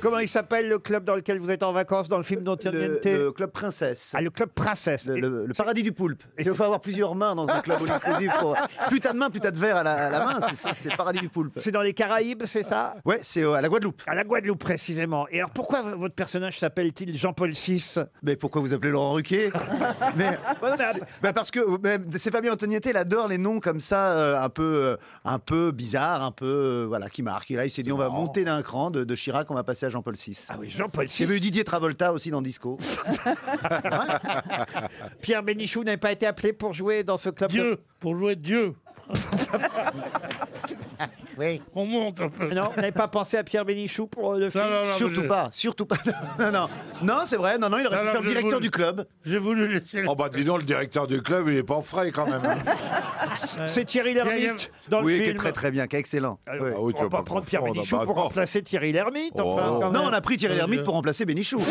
Comment il s'appelle le club dans lequel vous êtes en vacances dans le film dont il Le, le club princesse. Ah, le club princesse. Le, le- le C'est- paradis du poulpe. Et Il c'est- faut avoir plusieurs mains dans un club all inclusive. pour- Plus t'as de mains, plus t'as de verre à la, à la main. c'est- C'est c'est le paradis du poulpe. C'est dans les Caraïbes, c'est ça Ouais, c'est euh, à la Guadeloupe. À la Guadeloupe précisément. Et alors pourquoi v- votre personnage s'appelle-t-il Jean-Paul VI Mais pourquoi vous appelez Laurent Ruquier mais, c'est- bah parce que mais c'est Fabien Antonietta, il adore les noms comme ça, euh, un peu, euh, un peu bizarre, un peu euh, voilà, qui marque. Et là, il s'est dit, on va monter d'un cran de, de Chirac, on va passer à Jean-Paul VI. Ah oui, Jean-Paul J'ai vu VI. Didier Travolta aussi dans Disco. Pierre Bénichou n'avait pas été appelé pour jouer dans ce club. de- Dieu, pour jouer Dieu. Oui. On monte un peu. Non, vous n'avez pas pensé à Pierre Bénichou pour euh, le film Non, non, non, surtout je- pas, surtout pas. Non, non, non, c'est vrai. Non, non, il aurait Non, pu non, faire je directeur voulais- du club. J'ai voulu laisser. Oh bah dis donc, le directeur du club, il est pas frais quand même. hein. Euh, C'est Thierry Il y a- Lhermitte dans oui, le qui film. est très très bien, qui est excellent. Alors, Ah oui, tu on va vas pas pas prendre Pierre confondre, Bénichou bah pour non. remplacer Thierry Lhermitte. Enfin, Oh. quand Non, on même. a pris Thierry Lhermitte pour remplacer Bénichou.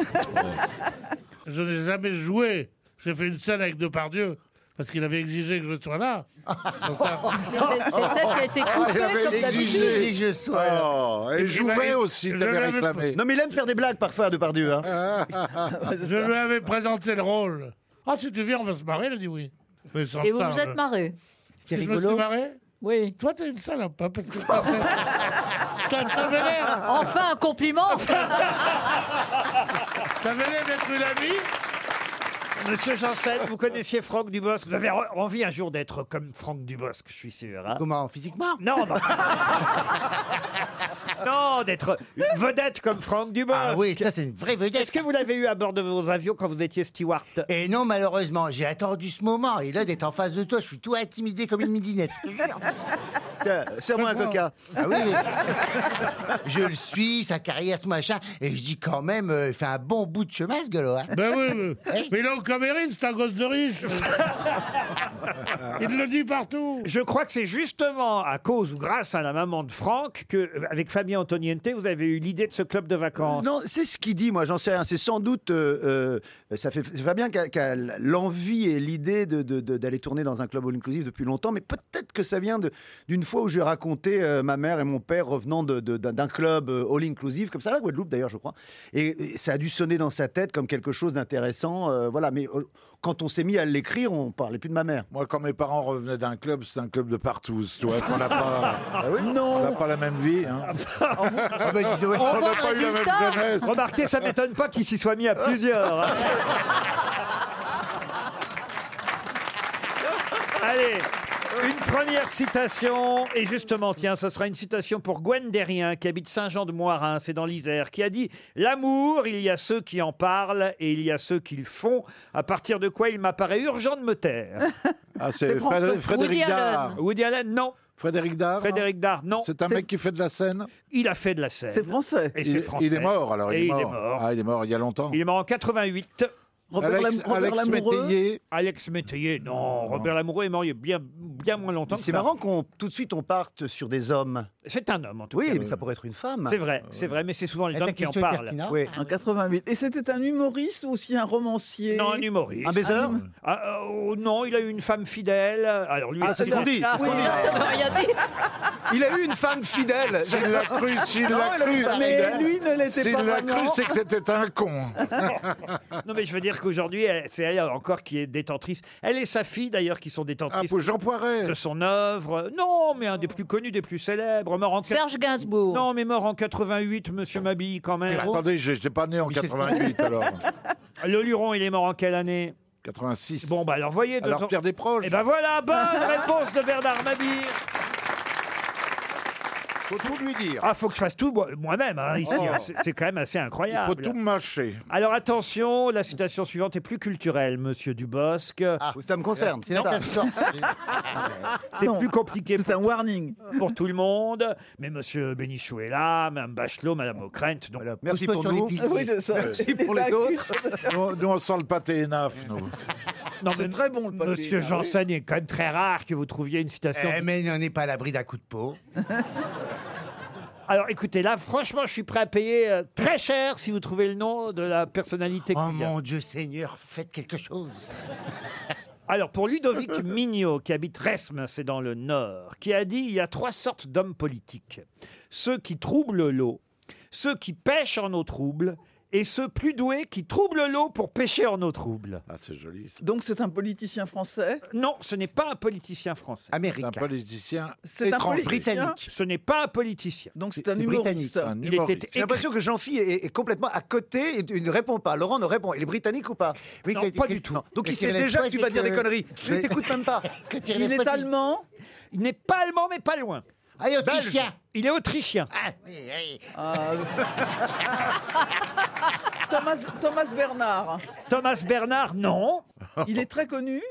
Je n'ai jamais joué. J'ai fait une scène avec Depardieu parce qu'il avait exigé que je sois là. Sans ça. C'est c'est ça qui a été Ah, il coupé avait comme d'habitude. Oh, exigé que je sois. et Jouvet aussi, je t'avais l'avais- réclamé. Non, mais il aime faire des blagues parfois, de Pardieu. Hein. Je lui avais présenté le rôle. Ah, si tu viens, on va se marrer. Il a dit oui. Mais sans Et vous tard, vous êtes je- marré. Je me suis marré. Oui. Toi, t'es une salope, hein, parce que t'as fait- t'as- t'avais l'air, Enfin, un compliment. t'avais l'air d'être une amie. Monsieur Janssen, vous connaissiez Franck Dubosc. Vous avez re- envie un jour d'être comme Franck Dubosc, je suis sûr. hein. Comment Physiquement Non, non. Non, d'être une vedette comme Franck Dubosc. Ah oui, ça c'est une vraie Est-ce vedette. que vous l'avez eu à bord de vos avions quand vous étiez steward Et Eh non, malheureusement, j'ai attendu ce moment. Et là, d'être en face de toi, je suis tout intimidé comme une midinette. je te jure. Tiens, Serre-moi un coca. Ah oui, oui. Je le suis, sa carrière, tout machin. Et je dis quand même, euh, il fait un bon bout de chemin, ce gars-là. hein. Ben oui, mais, mais il est au Cameroun, c'est un gosse de riche. Il le dit partout. Je crois que c'est justement à cause ou grâce à la maman de Franck que, euh, avec Fabien Antoniente, vous avez eu l'idée de ce club de vacances. Non, c'est ce qu'il dit, moi, j'en sais rien. C'est sans doute. euh, euh, ça fait c'est Fabien qui a, qui a l'envie et l'idée de- de- de- d'aller tourner dans un club all-inclusive depuis longtemps, mais peut-être que ça vient de- d'une fois où j'ai raconté euh, ma mère et mon père revenant de- de- d'un d'un club euh, all-inclusive, comme ça, à la Guadeloupe d'ailleurs, je crois. Et, et ça a dû sonner dans sa tête comme quelque chose d'intéressant. euh, voilà, mais euh, quand on s'est mis à l'écrire, on parlait plus de ma mère. Moi, quand mes parents revenaient d'un club, c'est un club de partout. Tu vois, on n'a pas, on n'a pas la même vie. hein. Ah bah, dis donc, On voit n'a le pas eu la même résultat. jeunesse. Remarquez, ça m'étonne pas qu'il s'y soit mis à plusieurs. hein. Allez, une première citation. Et justement, tiens, ce sera une citation pour Gwen Derrien, qui habite Saint-Jean-de-Moirin, c'est dans l'Isère, qui a dit L'amour, il y a ceux qui en parlent et il y a ceux qui le font, à partir de quoi il m'apparaît urgent de me taire. Ah, c'est Fré- Woody Frédéric Dard. Allen. Woody Allen, non. Frédéric Dard. Frédéric Dard, non. C'est un mec qui fait de la scène. Il a fait de la scène. C'est français. Et c'est Il, français. il est mort alors. Et il est mort. Ah, il est mort il y a longtemps. Il est mort en 88. Robert, Alex, Lam- Robert Alex Lamoureux. Métayer. Alex Métayer, non. Robert Lamoureux est mort il y a bien, bien moins longtemps que C'est ça. marrant qu'on tout de suite on parte sur des hommes. C'est un homme, en tout Oui, cas. mais ça pourrait être une femme. C'est vrai, c'est vrai, mais c'est souvent les ta hommes qui en question est parlent. pertinente. Oui. En 88. Et c'était un humoriste ou aussi un romancier Non, un humoriste. Un baiser Ah, euh, oh, non, il a eu une femme fidèle. Alors lui, Ah, c'est ce qu'on dit. c'est ce qu'on dit. Ça veut rien dire. Il a eu une femme fidèle. S'il l'a cru, s'il Non, l'a elle cru. est pas Mais lui ne l'était S'il pas l'a cru, vraiment. c'est que c'était un con. Non, mais je veux dire qu'aujourd'hui, elle- c'est elle encore qui est détentrice. Elle et sa fille, d'ailleurs, qui sont Ah, détentrices pour Jean Poiret. de son œuvre. Non, mais un des plus connus, des plus célèbres. Mort en quat- Serge Gainsbourg. Non, mais mort en 88, monsieur Mabille, quand même. Attendez, je n'étais pas né en 88 alors. Le Luron, il est mort en quelle année 86. Bon, bah alors, voyez, deux ans- alors Pierre Desproges. Et ben voilà, bonne réponse de Bernard Mabille. faut tout lui dire. Oh. Ah, faut que je fasse tout moi- moi-même, hein, ici. hein. C'est- C'est quand même assez Il faut incroyable. tout mâcher. Alors attention, la citation suivante est plus culturelle, monsieur Dubosc. Ah, Ça me concerne. C'est là qu'elle sort. Ah C'est non. plus compliqué C'est pour, un warning. pour tout le monde. Mais monsieur Bénichou est là, madame Bachelot, madame O'Krent. Donc, Merci Pose-toi pour sur nous. les piliers. Ah Oui, c'est ça. Merci pour les autres. Nous, nous, on sent le pâté ENAF, nous. non, C'est mais très bon le papier. Monsieur Janssen, il est quand même très rare que vous trouviez une citation. Eh, mais on n'est pas à l'abri d'un coup de peau. Alors écoutez, là, franchement, je suis prêt à payer euh, très cher si vous trouvez le nom de la personnalité Oh qu'il y a. mon Dieu Seigneur, faites quelque chose. Alors, pour Ludovic Mignot, qui habite Resmes, c'est dans le Nord, qui a dit il y a trois sortes d'hommes politiques. Ceux qui troublent l'eau, ceux qui pêchent en eau trouble et ceux plus doués qui troublent l'eau pour pêcher en eau trouble. Ah, c'est joli. ça. Donc c'est un politicien français. Non, ce n'est pas un politicien français. C'est Américain. un politicien C'est un Étrange. politicien. Britannique. Ce n'est pas un politicien. Donc c'est un C'est humoriste. un Il humoriste. était J'ai l'impression que Jean-Phil est, est complètement à côté et tu ne réponds pas. Laurent ne répond. Il est britannique ou pas Oui, Non, quel- pas quel- du tout. non. Donc Le il sait Tyrannosaure, déjà que tu vas c'est dire des conneries. Je ne t'écoute même pas. que Il Tyrannosaure, est c'est- allemand. Il n'est pas allemand, mais pas loin. Ah, il est autrichien. Il est autrichien. Ah, oui, oui. Ah, oui. Thomas, Thomas Bernard. Thomas Bernard, non. Il est très connu.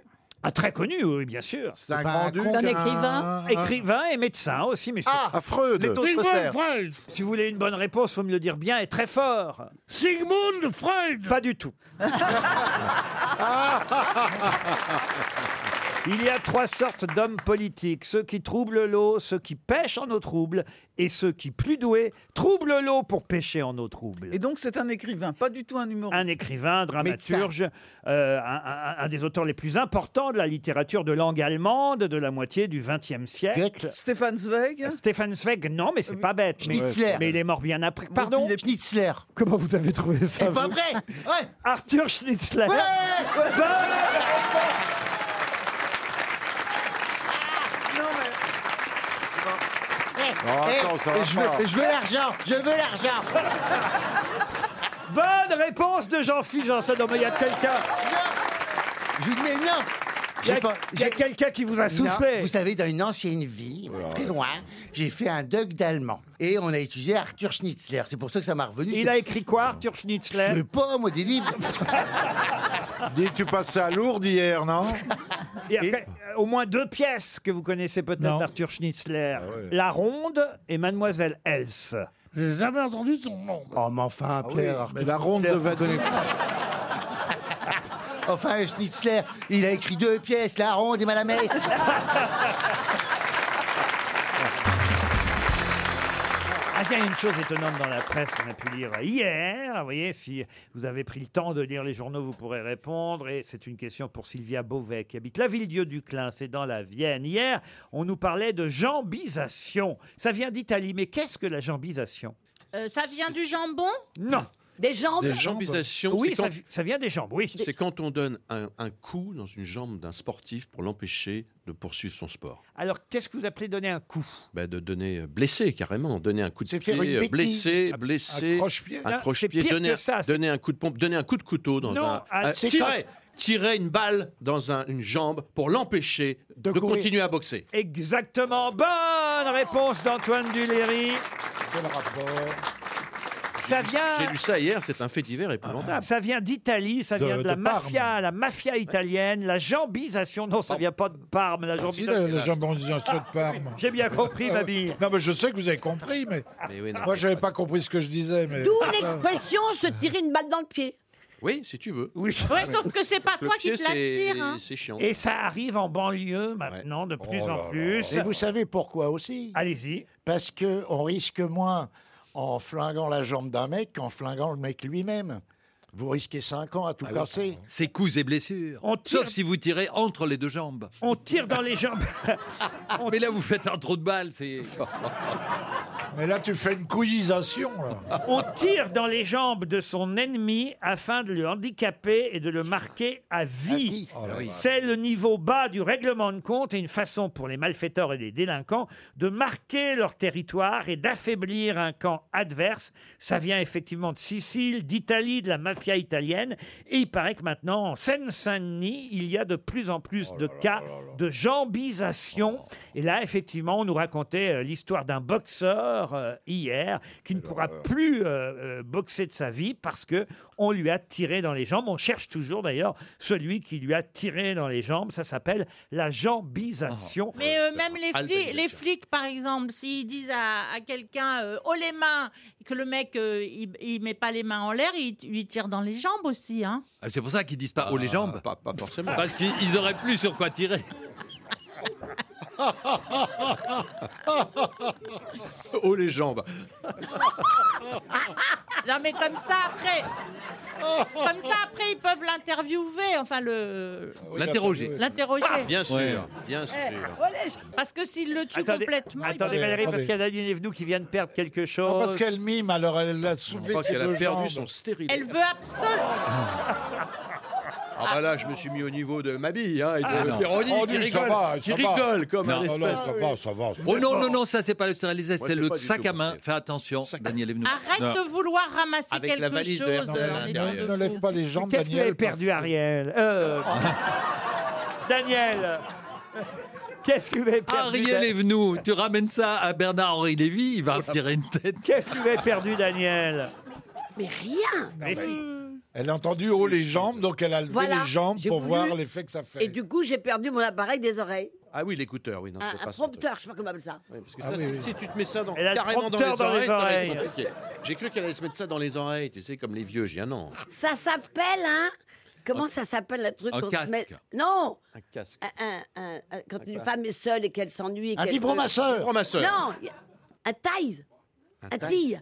Ah, très connu, oui, bien sûr. C'est un Bah, grand duc. un écrivain. un- Écrivain et médecin aussi, messieurs. Ah, Freud. Les taux se Sigmund resserrent. Freud Si vous voulez une bonne réponse, faut me le dire bien et très fort. Sigmund Freud Pas du tout. Ah, Il y a trois sortes d'hommes politiques. Ceux qui troublent l'eau, ceux qui pêchent en eau trouble et ceux qui, plus doués, troublent l'eau pour pêcher en eau trouble. Et donc c'est un écrivain, pas du tout un humoriste. un écrivain, un dramaturge, euh, un, un- un des auteurs les plus importants de la littérature de langue allemande de la moitié du XXe siècle. Goethe. Stéphane Zweig. Euh, Stéphane Zweig, non, mais c'est pas bête. mais- Schnitzler. Mais il est mort bien après. Pardon Il est Schnitzler. Comment vous avez trouvé ça C'est pas vous vrai Ouais Arthur Schnitzler. Ouais Bonne Non, Eh, Oh, attends, ça va je, veux, pas. je veux l'argent Je veux l'argent Bonne réponse de Jean-Philippe Janssen. Non, mais il y a quelqu'un, Je vous dis, mais non il y a- J'ai pas- il y a j'ai- quelqu'un qui vous a Non, soufflé. vous savez, dans une ancienne vie, très loin, j'ai fait un doc d'allemand. Et on a utilisé Arthur Schnitzler. C'est pour ça que ça m'a revenu. Il a écrit quoi, Arthur Je Schnitzler veux pas, moi, des livres. Dis, tu passais à Lourdes hier, non Il y a que- au moins deux pièces que vous connaissez peut-être Non. d'Arthur Schnitzler. Ah ouais. La Ronde et Mademoiselle Else. J'ai jamais entendu son nom. Oh, mais enfin, Pierre, Arthur Ah Mais la ronde Schnitzler, de vous Vadon. connaissez pas. Enfin, Schnitzler, il a écrit deux pièces, La Ronde et Madame Est. Ah, il y a une chose étonnante dans la presse qu'on a pu lire hier. Vous voyez, si vous avez pris le temps de lire les journaux, vous pourrez répondre. Et c'est une question pour Sylvia Beauvais, qui habite la ville-dieu du Clin, c'est dans la Vienne. Hier, on nous parlait de jambisation. Ça vient d'Italie, mais qu'est-ce que la jambisation Euh, ça vient du jambon Non. Des jambes. Des jambisations, Oui, c'est ça, quand, vi- ça vient des jambes, oui. c'est quand on donne un, un coup dans une jambe d'un sportif pour l'empêcher de poursuivre son sport. Alors, qu'est-ce que vous appelez donner un coup Bah, de donner, euh, blesser carrément, donner un coup de C'est pied, faire une euh, bêtise. blesser, Un blesser, croche-pied Non, un c'est croche-pied, pire donner, que un- ça, c'est- donner un coup de pompe, donner un coup de couteau dans Non, un... ah, un- c'est tirer, tirer une balle dans un- une jambe pour l'empêcher de, courir. continuer à boxer. Exactement. Bonne réponse d'Antoine Duléry. Ça vient... J'ai lu ça hier, c'est un fait divers Ah, épouvantable. Ça vient d'Italie, ça De- vient de, la de Parme. mafia, la mafia italienne, la jambisation. Non, ça vient pas de Parme, la Ah, Si, le, jambisation. le jambon de Parme. J'ai bien compris, ma bille. Non, mais je sais que vous avez compris, mais Mais oui, non. moi, j'avais pas compris ce que je disais. Mais... D'où l'expression se tirer une balle dans le pied. Oui, si tu veux. Oui. Ouais, sauf que c'est pas Le toi qui pied, te la c'est tire. hein. c'est chiant. Et ça arrive en banlieue maintenant, de plus Oh là en là. plus. Et vous savez pourquoi aussi Allez-y. Parce que on risque moins en flinguant la jambe d'un mec qu'en flinguant le mec lui-même. Vous risquez 5 ans à tout casser. C'est coups et blessures. On tire- Sauf si vous tirez entre les deux jambes. On tire dans les jambes. On- Mais là, vous faites un trou de balle. C'est... mais là, tu fais une couillisation. Là. On tire dans les jambes de son ennemi afin de le handicaper et de le marquer à vie. C'est le niveau bas du règlement de compte et une façon pour les malfaiteurs et les délinquants de marquer leur territoire et d'affaiblir un camp adverse. Ça vient effectivement de Sicile, d'Italie, de la mafia italienne. Et il paraît que maintenant, en Seine-Saint-Denis, il y a de plus en plus Oh de cas de jambisation. Et là, effectivement, on nous racontait euh, l'histoire d'un boxeur euh, hier qui ne pourra plus euh, euh, boxer de sa vie parce que on lui a tiré dans les jambes. On cherche toujours d'ailleurs celui qui lui a tiré dans les jambes. Ça s'appelle la jambisation. Ah. Mais euh, même les flics, Albanisation. les flics, par exemple, s'ils disent à, à quelqu'un euh, Oh les mains que le mec, euh, il, il met pas les mains en l'air, il lui tire dans les jambes aussi. Hein. Ah, c'est pour ça qu'ils disent pas haut les jambes. Pas, pas forcément. Parce qu'ils ils auraient plus sur quoi tirer. Oh les jambes. Non, mais comme ça, après. Comme ça, après, ils peuvent l'interviewer, enfin le. L'interroger. L'interroger. Bien sûr, bien sûr. Eh, Parce que s'il le tue Attendez, complètement. il attendez peut- Valérie, parce attendez. qu'il y a Nadine Evenou qui vient de perdre quelque chose. Non, parce qu'elle mime, alors elle l'a soulevé. crois ses qu'elle a deux perdu jambes. son stérile. Elle veut absolument. Ah bah là, je me suis mis au niveau de ma bille hein, et de Ah, non. Véronique Oh, qui lui, ça rigole, va, ça qui va. rigole comme Non, un espèce. non, ça va, ça va. Oh non, non, non, ça c'est pas le stérilisé, Moi, c'est c'est le pas du sac tout à main. Fais attention, Daniel Evenou. Arrête Non. de vouloir ramasser Avec quelque la valise de chose. Hertel à euh, les l'intérieur. deux Ne lève pas les jambes, Qu'est-ce que vous avez Daniel. perdu, Ariel Euh, Daniel Qu'est-ce que vous avez perdu Ariel Dan- Evenou, tu ramènes ça à Bernard-Henri Lévy, il va tirer une tête. Qu'est-ce que vous avez perdu, Daniel Mais rien Mais si. Elle a entendu haut les jambes, donc elle a levé Voilà, les jambes j'ai pour voulu- voir l'effet que ça fait. Et du coup, j'ai perdu mon appareil des oreilles. Ah oui, l'écouteur, oui, non, un c'est un pas ça. prompteur, je sais pas comment on appelle ça. Oui, parce que Ah ça, oui, si, oui. si tu te mets ça dans, Elle a le carrément dans les prompteur oreilles, dans les ça va être oreilles. compliqué. J'ai cru qu'elle allait se mettre ça dans les oreilles, tu sais, comme les vieux. J'ai dit, ah non, Ça s'appelle un. Comment ça s'appelle le truc Un qu'on se casque. met Non un casque. un, un- un- un- Quand une quoi femme est seule et qu'elle s'ennuie. et Un qu'elle- vibromasseur. Vibromasseur. Non y- Un taille Un Un taille. tille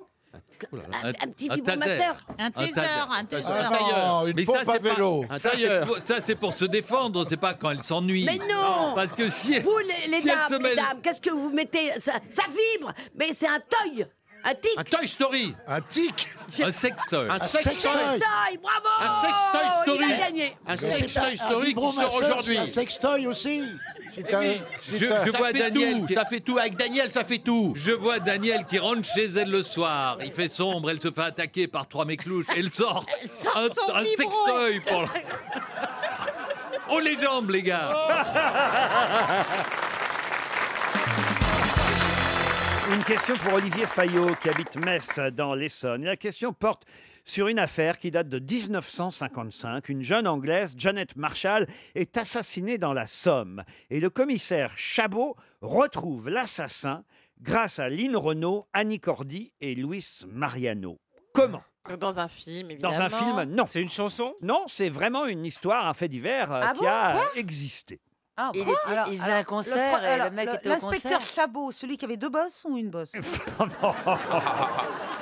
Ouh là là. Un, un petit un vibromasseur Un taser, un taser. Ah non, une Mais ça, pompe à c'est pas- vélo. ça, c'est tailleur. pour- Ça, c'est pour se défendre, c'est pas quand elle s'ennuie. Mais non Parce que si Vous, les, les si elle dames, se les mêle- dames, qu'est-ce que vous mettez ça, ça vibre Mais c'est un toy Un tic Un Toy Story Un tic Un sextoy. Un sextoy Toy, bravo Un sextoy Il story a gagné Un Mais c'est sextoy un- un story qui sort vibromasseur, aujourd'hui c'est Un sextoy aussi. C'est Eh un- oui, c'est je- un- je- ça vois fait Daniel tout, qui- ça fait tout. Avec Daniel, ça fait tout. Je vois Daniel qui rentre chez elle le soir. Il fait sombre, elle se fait attaquer par trois méclouches. Elle sort Elle sort un, son un vibro. sextoy pour. la- Oh les jambes, les gars Une question pour Olivier Fayot qui habite Metz dans l'Essonne. Et La question porte sur une affaire qui date de 1955. Une jeune Anglaise, Janet Marshall, est assassinée dans la Somme. Et le commissaire Chabot retrouve l'assassin grâce à Lynn Renault, Annie Cordy et Luis Mariano. Comment Dans un film, évidemment. Dans un film Non. C'est une chanson Non, c'est vraiment une histoire, un fait divers euh, Ah qui bon a Quoi existé. Ah, Il bon était- il faisait un concert pro- et le euh, mec était au L'inspecteur concert. Chabot, celui qui avait deux bosses ou une bosse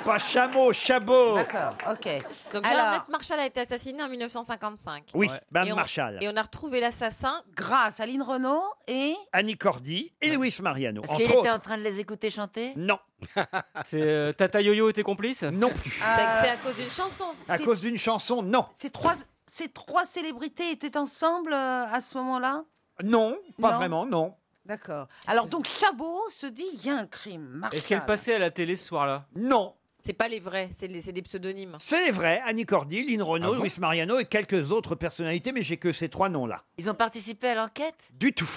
Pas Chameau, Chabot D'accord, ok. Donc Alors, Janet Marshall a été assassinée en 1955. Oui, Mme Et on- Marshall. Et on a retrouvé l'assassin. grâce à Lynn Renault et. Annie Cordy et Luis Mariano. Est-ce qu'il Entre était autres. en train de les écouter chanter Non, C'est euh, Tata Yo-Yo était complice non plus. C'est c'est à cause d'une chanson. À Euh, c'est- cause d'une chanson, non. Ces trois, ces trois célébrités étaient ensemble euh, à ce moment-là Non, pas Non. vraiment, non. D'accord. Alors donc Chabot se dit il y a un crime. Marshall. Est-ce qu'elle passait à la télé ce soir-là Non. C'est pas les vrais, c'est les- c'est des pseudonymes. C'est vrai, Annie Cordy, Lynn Renault, Ah bon Luis Mariano et quelques autres personnalités, mais j'ai que ces trois noms-là. Ils ont participé à l'enquête Du tout.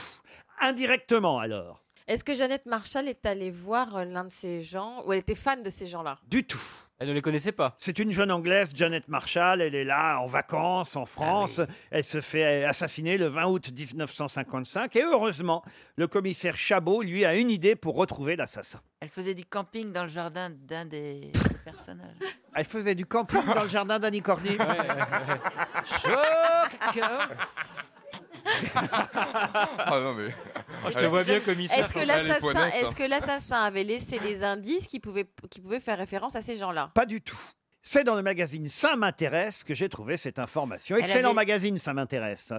Indirectement alors. Est-ce que Jeannette Marshall est allée voir euh, l'un de ces gens Ou elle était fan de ces gens-là Du tout. Elle ne les connaissait pas. C'est une jeune Anglaise, Janet Marshall. Elle est là en vacances en France. Ah Elle se fait assassiner le 20 août 1955. Et heureusement, le commissaire Chabot, lui, a une idée pour retrouver l'assassin. Elle faisait du camping dans le jardin d'un des personnages. Elle faisait du camping dans le jardin d'Annie Cordy. Ah non, mais. Oh, je te vois bien, commissaire. Est-ce que l'assassin hein. poignets, est-ce que l'assassin avait laissé des indices qui pouvaient, qui pouvaient faire référence à ces gens-là Pas du tout. C'est dans le magazine Ça m'intéresse que j'ai trouvé cette information. Elle Excellent avait- magazine, ça m'intéresse.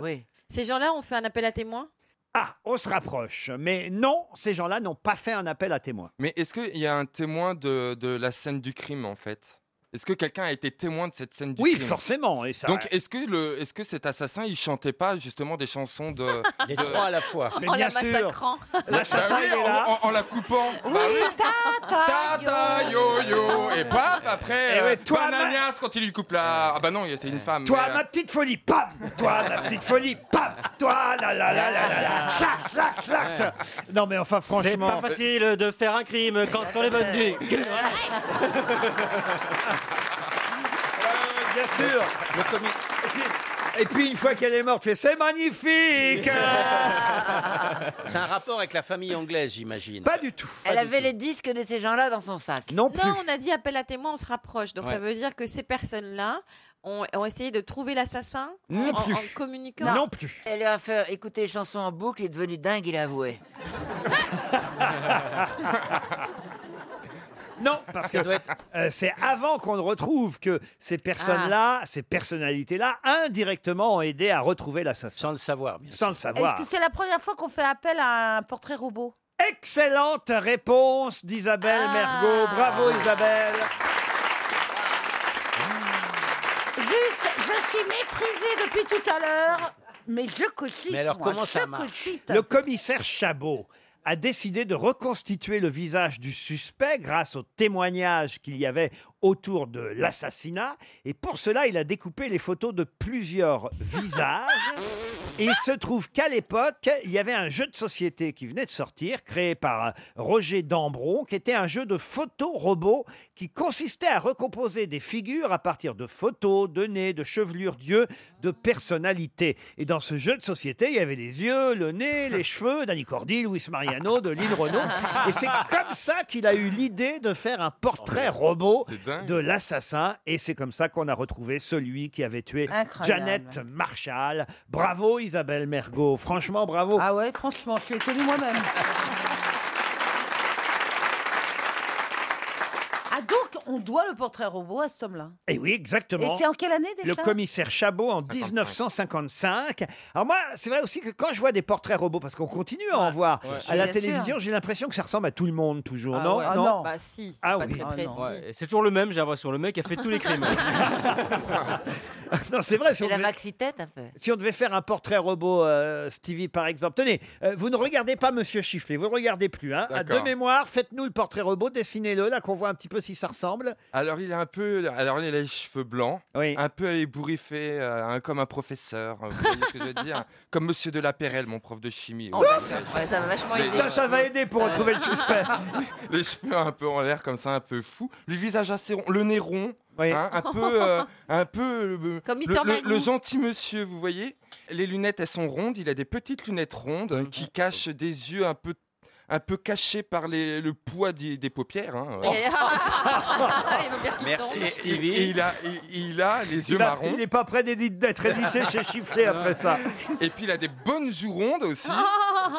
Ces gens-là ont fait un appel à témoins Ah, on se rapproche. Mais non, ces gens-là n'ont pas fait un appel à témoins. Mais est-ce qu'il y a un témoin de, de la scène du crime, en fait Est-ce que quelqu'un a été témoin de cette scène du Oui, crime forcément. Et ça... Donc, est-ce que, le, est-ce que cet assassin, il chantait pas justement des chansons de. Les de- trois à la fois. Mais en bien Oh, la sûr. massacrant L'assassin, Bah oui, il est en- là. En, en la coupant. Bah oui. Tata, yo yo. Et paf, après. Et Eh ouais, euh, toi, ma- Eh. Bananias, quand il lui coupe la. Ah bah non, c'est une femme. Toi, mais, euh, ma petite folie, pam Toi, ma petite folie, pam Toi, la la la la la la Clac, clac, clac Non, mais enfin, Ah. C'est pas franchement... facile de faire un crime quand on est bonne du. Euh, Bien sûr Et puis, une fois qu'elle est morte, fait « C'est magnifique C'est un rapport avec la famille anglaise, j'imagine. !» Pas du tout Elle avait les disques de ces gens-là dans son sac. Non plus Non, on a dit appel à témoins, on se rapproche. Donc Ouais. ça veut dire que ces personnes-là ont, ont essayé de trouver l'assassin en, Non en- plus. en communiquant. plus. Elle a fait écouter les chansons en boucle, il est devenu dingue, il a avoué. Non, parce que euh, c'est avant qu'on ne retrouve que ces personnes-là, ces personnalités-là, indirectement ont aidé à retrouver l'assassin. Sans le savoir. Sans le Est-ce savoir. que c'est la première fois qu'on fait appel à un portrait robot Excellente réponse d'Isabelle Mergot. Bravo Isabelle. Juste, je suis méprisée depuis tout à l'heure, mais je cochite. Mais alors, moi, comment ça je marche cochite. Le commissaire Chabot a décidé de reconstituer le visage du suspect grâce aux témoignages qu'il y avait autour de l'assassinat. Et pour cela, il a découpé les photos de plusieurs visages. Et il se trouve qu'à l'époque, il y avait un jeu de société qui venait de sortir, créé par euh, Roger Dambron, qui était un jeu de photo-robot qui consistait à recomposer des figures à partir de photos, de nez, de chevelures d'yeux, de personnalités. Et dans ce jeu de société, il y avait les yeux, le nez, les cheveux d'Annie Cordy, Luis Mariano, de Lille Renault. Et c'est comme ça qu'il a eu l'idée de faire un portrait robot de l'assassin. Et c'est comme ça qu'on a retrouvé celui qui avait tué Incroyable. Janet Marshall. Bravo Isabelle Mergot. Franchement, bravo. Ah ouais, franchement, je suis étonnée moi-même. Ah donc, on doit le portrait robot à cet homme-là. Et Eh oui, exactement. Et c'est en quelle année déjà Le commissaire Chabot en 1955. Alors moi, c'est vrai aussi que quand je vois des portraits robots, parce qu'on continue à en voir Ouais. à la Bien sûr. télévision, j'ai l'impression que ça ressemble à tout le monde toujours, Ah non ouais. Ah Bah si, Ah pas oui. très Ah non. Bah précis. Ouais, et C'est toujours le même, j'ai l'impression. Le mec a fait tous les crimes. Non, c'est vrai. Si C'est on, la devait, maxi-tête un peu. si on devait faire un portrait robot, euh, Stevie par exemple, tenez, euh, vous ne regardez pas Monsieur Chifflet, vous ne regardez plus. Hein. À D'accord. de mémoire, faites-nous le portrait robot, dessinez-le là qu'on voit un petit peu si ça ressemble. Alors il a un peu, alors il a les cheveux blancs, un peu ébouriffé, euh, un- comme un professeur, vous voyez ce que je veux dire, comme Monsieur de la Pérelle, mon prof de chimie. Oh, d'accord. Ouais, ça va vachement aider. Ça, ça va aider pour retrouver le suspect. les cheveux un peu en l'air comme ça, un peu fou, le visage assez rond, le nez rond, hein, un peu, euh, un peu euh, Comme le- Mr. le- Magoo. le gentil monsieur, vous voyez. Les lunettes, elles sont rondes. Il a des petites lunettes rondes euh, qui cachent des yeux un peu, un peu cachés par les- le poids des, des paupières. hein. Et- ah, Ah, Il veut bien qu'il Et- tombe. et- et il, a, il, il a les Il yeux a- marrons. il n'est pas prêt d'édite- d'être édité chez Chifflet après ça. Et puis il a des bonnes joues rondes aussi.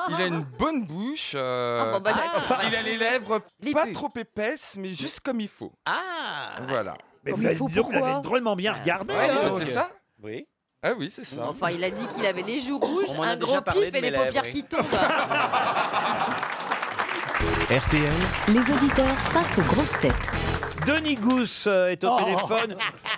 Il a une bonne bouche. euh, Ah, bon, bah, d'accord. enfin, il a les lèvres pas trop épaisses, mais juste comme il faut. Ah Voilà. Mais vous, avez, dis donc, vous l'avez drôlement bien regardé. Ouais, hein. euh, C'est ça Oui. Ah oui, c'est ça. Enfin, il a dit qu'il avait les joues rouges, On m'en a un déjà gros parlé pif de et mes les lèvres, paupières oui. qui tombent. RTL. Les auditeurs face aux grosses têtes. Denis Gousse euh, est au Oh. téléphone.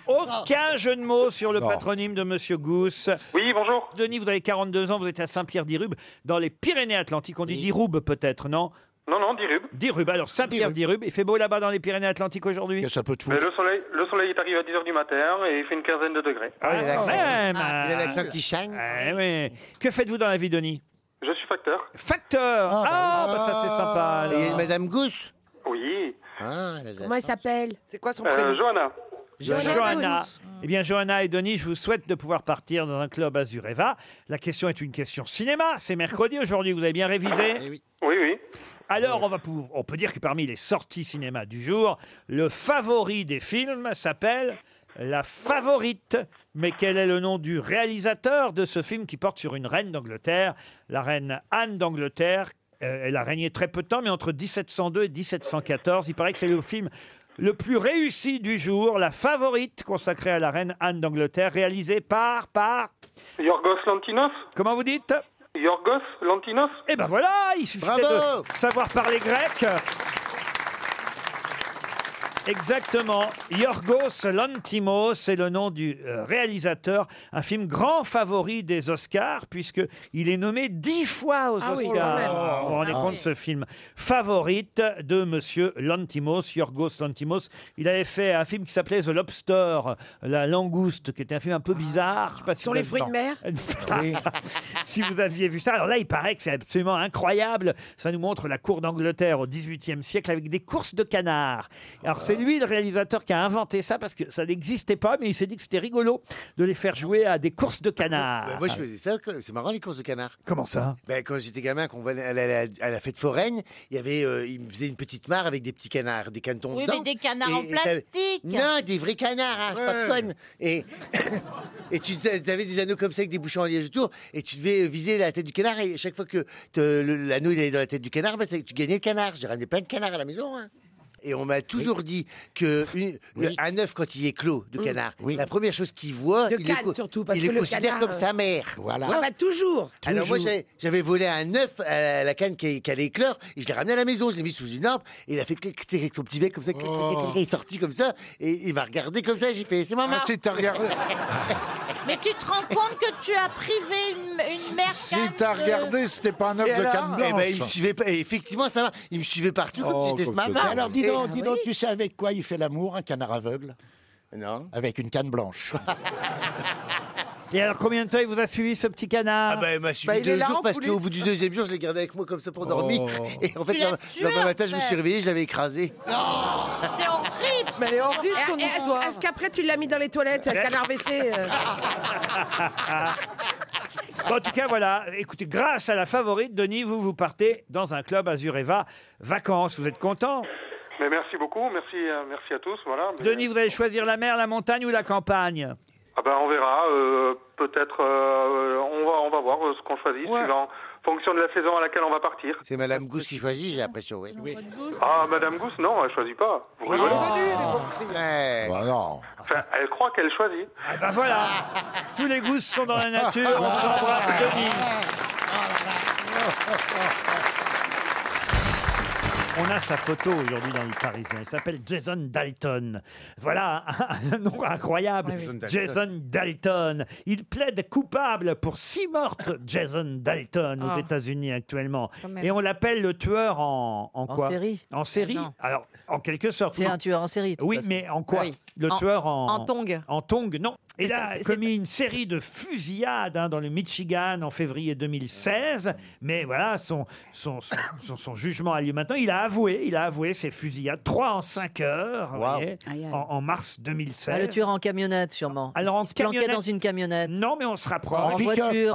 Aucun jeu de mots sur le patronyme de Monsieur Gousse. Oui, bonjour. Denis, vous avez 42 ans, vous êtes à Saint-Pierre-d'Irube, dans les Pyrénées-Atlantiques. On dit d'Irube peut-être, non Non, non, Dirub. D'Irube, alors Saint-Pierre-d'Irube. Il fait beau là-bas dans les Pyrénées-Atlantiques aujourd'hui Ça peut Mais le soleil, le soleil est arrivé à 10h du matin et il fait une quinzaine de degrés. Ah, Ah, Il a l'accent qui chagne. Ah, Que faites-vous dans la vie, Denis Je suis facteur. Facteur Ah, bah, ça c'est sympa. Il y a une alors. Madame Gousse. Oui. Ah, Comment elle s'appelle C'est quoi Euh, Johanna. Johanna. Johanna. Eh bien, Johanna et Denis, je vous souhaite de pouvoir partir dans un club Azureva. La question est une question cinéma. C'est mercredi aujourd'hui. Vous avez bien révisé Oui, oui. Alors, on, va pou- on peut dire que parmi les sorties cinéma du jour, le favori des films s'appelle La Favorite. Mais quel est le nom du réalisateur de ce film qui porte sur une reine d'Angleterre La reine Anne d'Angleterre. Euh, elle a régné très peu de temps, mais entre 1702 et 1714, il paraît que c'est le film le plus réussi du jour, la favorite consacrée à la reine Anne d'Angleterre, réalisée par, par... Yorgos Lantinos Comment vous dites Yorgos Lantinos Eh ben voilà, il suffisait Bravo de savoir parler grec. Exactement. Yorgos Lantimos, c'est le nom du euh, réalisateur. Un film grand favori des Oscars, puisque il est nommé dix fois aux Ah Oscars. oui, quand même. Vous vous rendez Ah compte, oui. ce film favorite de Monsieur Lantimos, Yorgos Lantimos. Il avait fait un film qui s'appelait The Lobster, la langouste, qui était un film un peu bizarre. Je sais pas si Sur vous les avez- fruits de Non. mer si vous aviez vu ça, alors là, il paraît que c'est absolument incroyable. Ça nous montre la cour d'Angleterre au XVIIIe siècle avec des courses de canards. Alors C'est lui le réalisateur qui a inventé ça parce que ça n'existait pas, mais il s'est dit que c'était rigolo de les faire jouer à des courses de canards. Bah, moi, je faisais ça. que- C'est marrant, les courses de canards. Comment ça ben, Quand j'étais gamin, qu'on va à, la, à la- à la fête foraine, il y avait, euh, ils me faisaient une petite mare avec des petits canards, des canetons Oui, dedans. mais des canards en t'avais- plastique. Non, des vrais canards, hein, je suis pas de Ouais. conne. Et, et tu avais des anneaux comme ça avec des bouchons en liège autour, et tu devais euh, viser la tête du canard, et chaque fois que te- le- l'anneau il allait dans la tête du canard, ben, c'est- tu gagnais le canard. J'ai ramené plein de canards à la maison. hein. Et on m'a toujours dit que une- le- un œuf, quand il est clos de Mmh. Mm. canard, la première chose qu'il voit, Le il le canne, co- surtout, parce il que le le considère canard, comme euh, sa mère. Voilà. Ah bah toujours. Alors moi j'avais- j'avais volé un œuf à la canne qui, qui allait éclore et je l'ai ramené à la maison, je l'ai mis sous une arbre et il a fait clic clic, clic avec son petit bec comme ça, clic, clic, clic, clic, il est sorti comme ça et il m'a regardé comme ça, j'ai fait c'est maman. Oh. Ah, si t'as regardé. Ah, Mais tu te rends compte que tu as privé une, une mère Si canne t'as de- regardé, c'était pas un œuf Et de alors canne Eh ben, il me blanche. Oh, suivait pas, et effectivement ça va, il me suivait partout comme si j'étais ce maman. Mais Oh, alors dis donc, Eh ah Et- dis donc, tu sais avec quoi il fait l'amour un canard aveugle Eh Non. Avec une canne blanche. Et alors, combien de temps il vous a suivi ce petit canard Ah ben, il m'a suivi deux jours parce qu'au bout du deuxième jour, je l'ai gardé avec moi comme ça pour dormir. Oh. Et en fait, Tu l'as le tué, lendemain matin, en je me fait. suis réveillé, je l'avais écrasé. C'est horrible Mais elle est horrible ton Et- et est-ce- histoire. Est-ce qu'après tu l'as mis dans les toilettes, le canard WC euh Bon, en tout cas, voilà. Écoutez, grâce à la favorite, Denis, vous vous partez dans un club Azureva vacances. Vous êtes content Mais merci beaucoup, merci, euh, merci à tous. Voilà. Mais- Denis, vous allez choisir la mer, la montagne ou la campagne Ah ben, on verra. euh, Peut-être. euh, on, va, on va voir euh, ce qu'on choisit, suivant fonction de la saison à laquelle on va partir. C'est Madame Gousse qui choisit, j'ai l'impression, oui. Ah, Madame Gousse, non, elle choisit pas. Vous rigolez Ouais. Enfin, elle croit qu'elle choisit. Ah bah ben voilà Tous les gousses sont dans la nature. On vous embrasse, Denis. Oh, Oh, On a sa photo aujourd'hui dans le Parisien. Il s'appelle Jason Dalton. Voilà un, un nom incroyable. Jason Dalton. Jason Dalton. Il plaide coupable pour six meurtres, Jason Dalton, aux Ah. États-Unis actuellement. Quand même. Et on l'appelle le tueur en, en En quoi série. En série. Ah non. Alors, en quelque sorte. C'est non. un tueur en série, de toute Oui, façon. mais en quoi Ah oui. Le En- tueur en. en tongs. En tongs, non. Et Mais là, c'est- a c'est- commis une série de fusillades hein, dans le Michigan en février 2016. Mais voilà, son, son, son, son- son jugement a lieu maintenant. Il a avoué, il a avoué ces fusillades, trois en cinq heures, vous voyez, Aïe, aïe. en, en mars 2016. Ah, le tueur en camionnette, sûrement. Alors, en il se planquait camionnette- dans une camionnette. Non, mais on se rapproche. En voiture.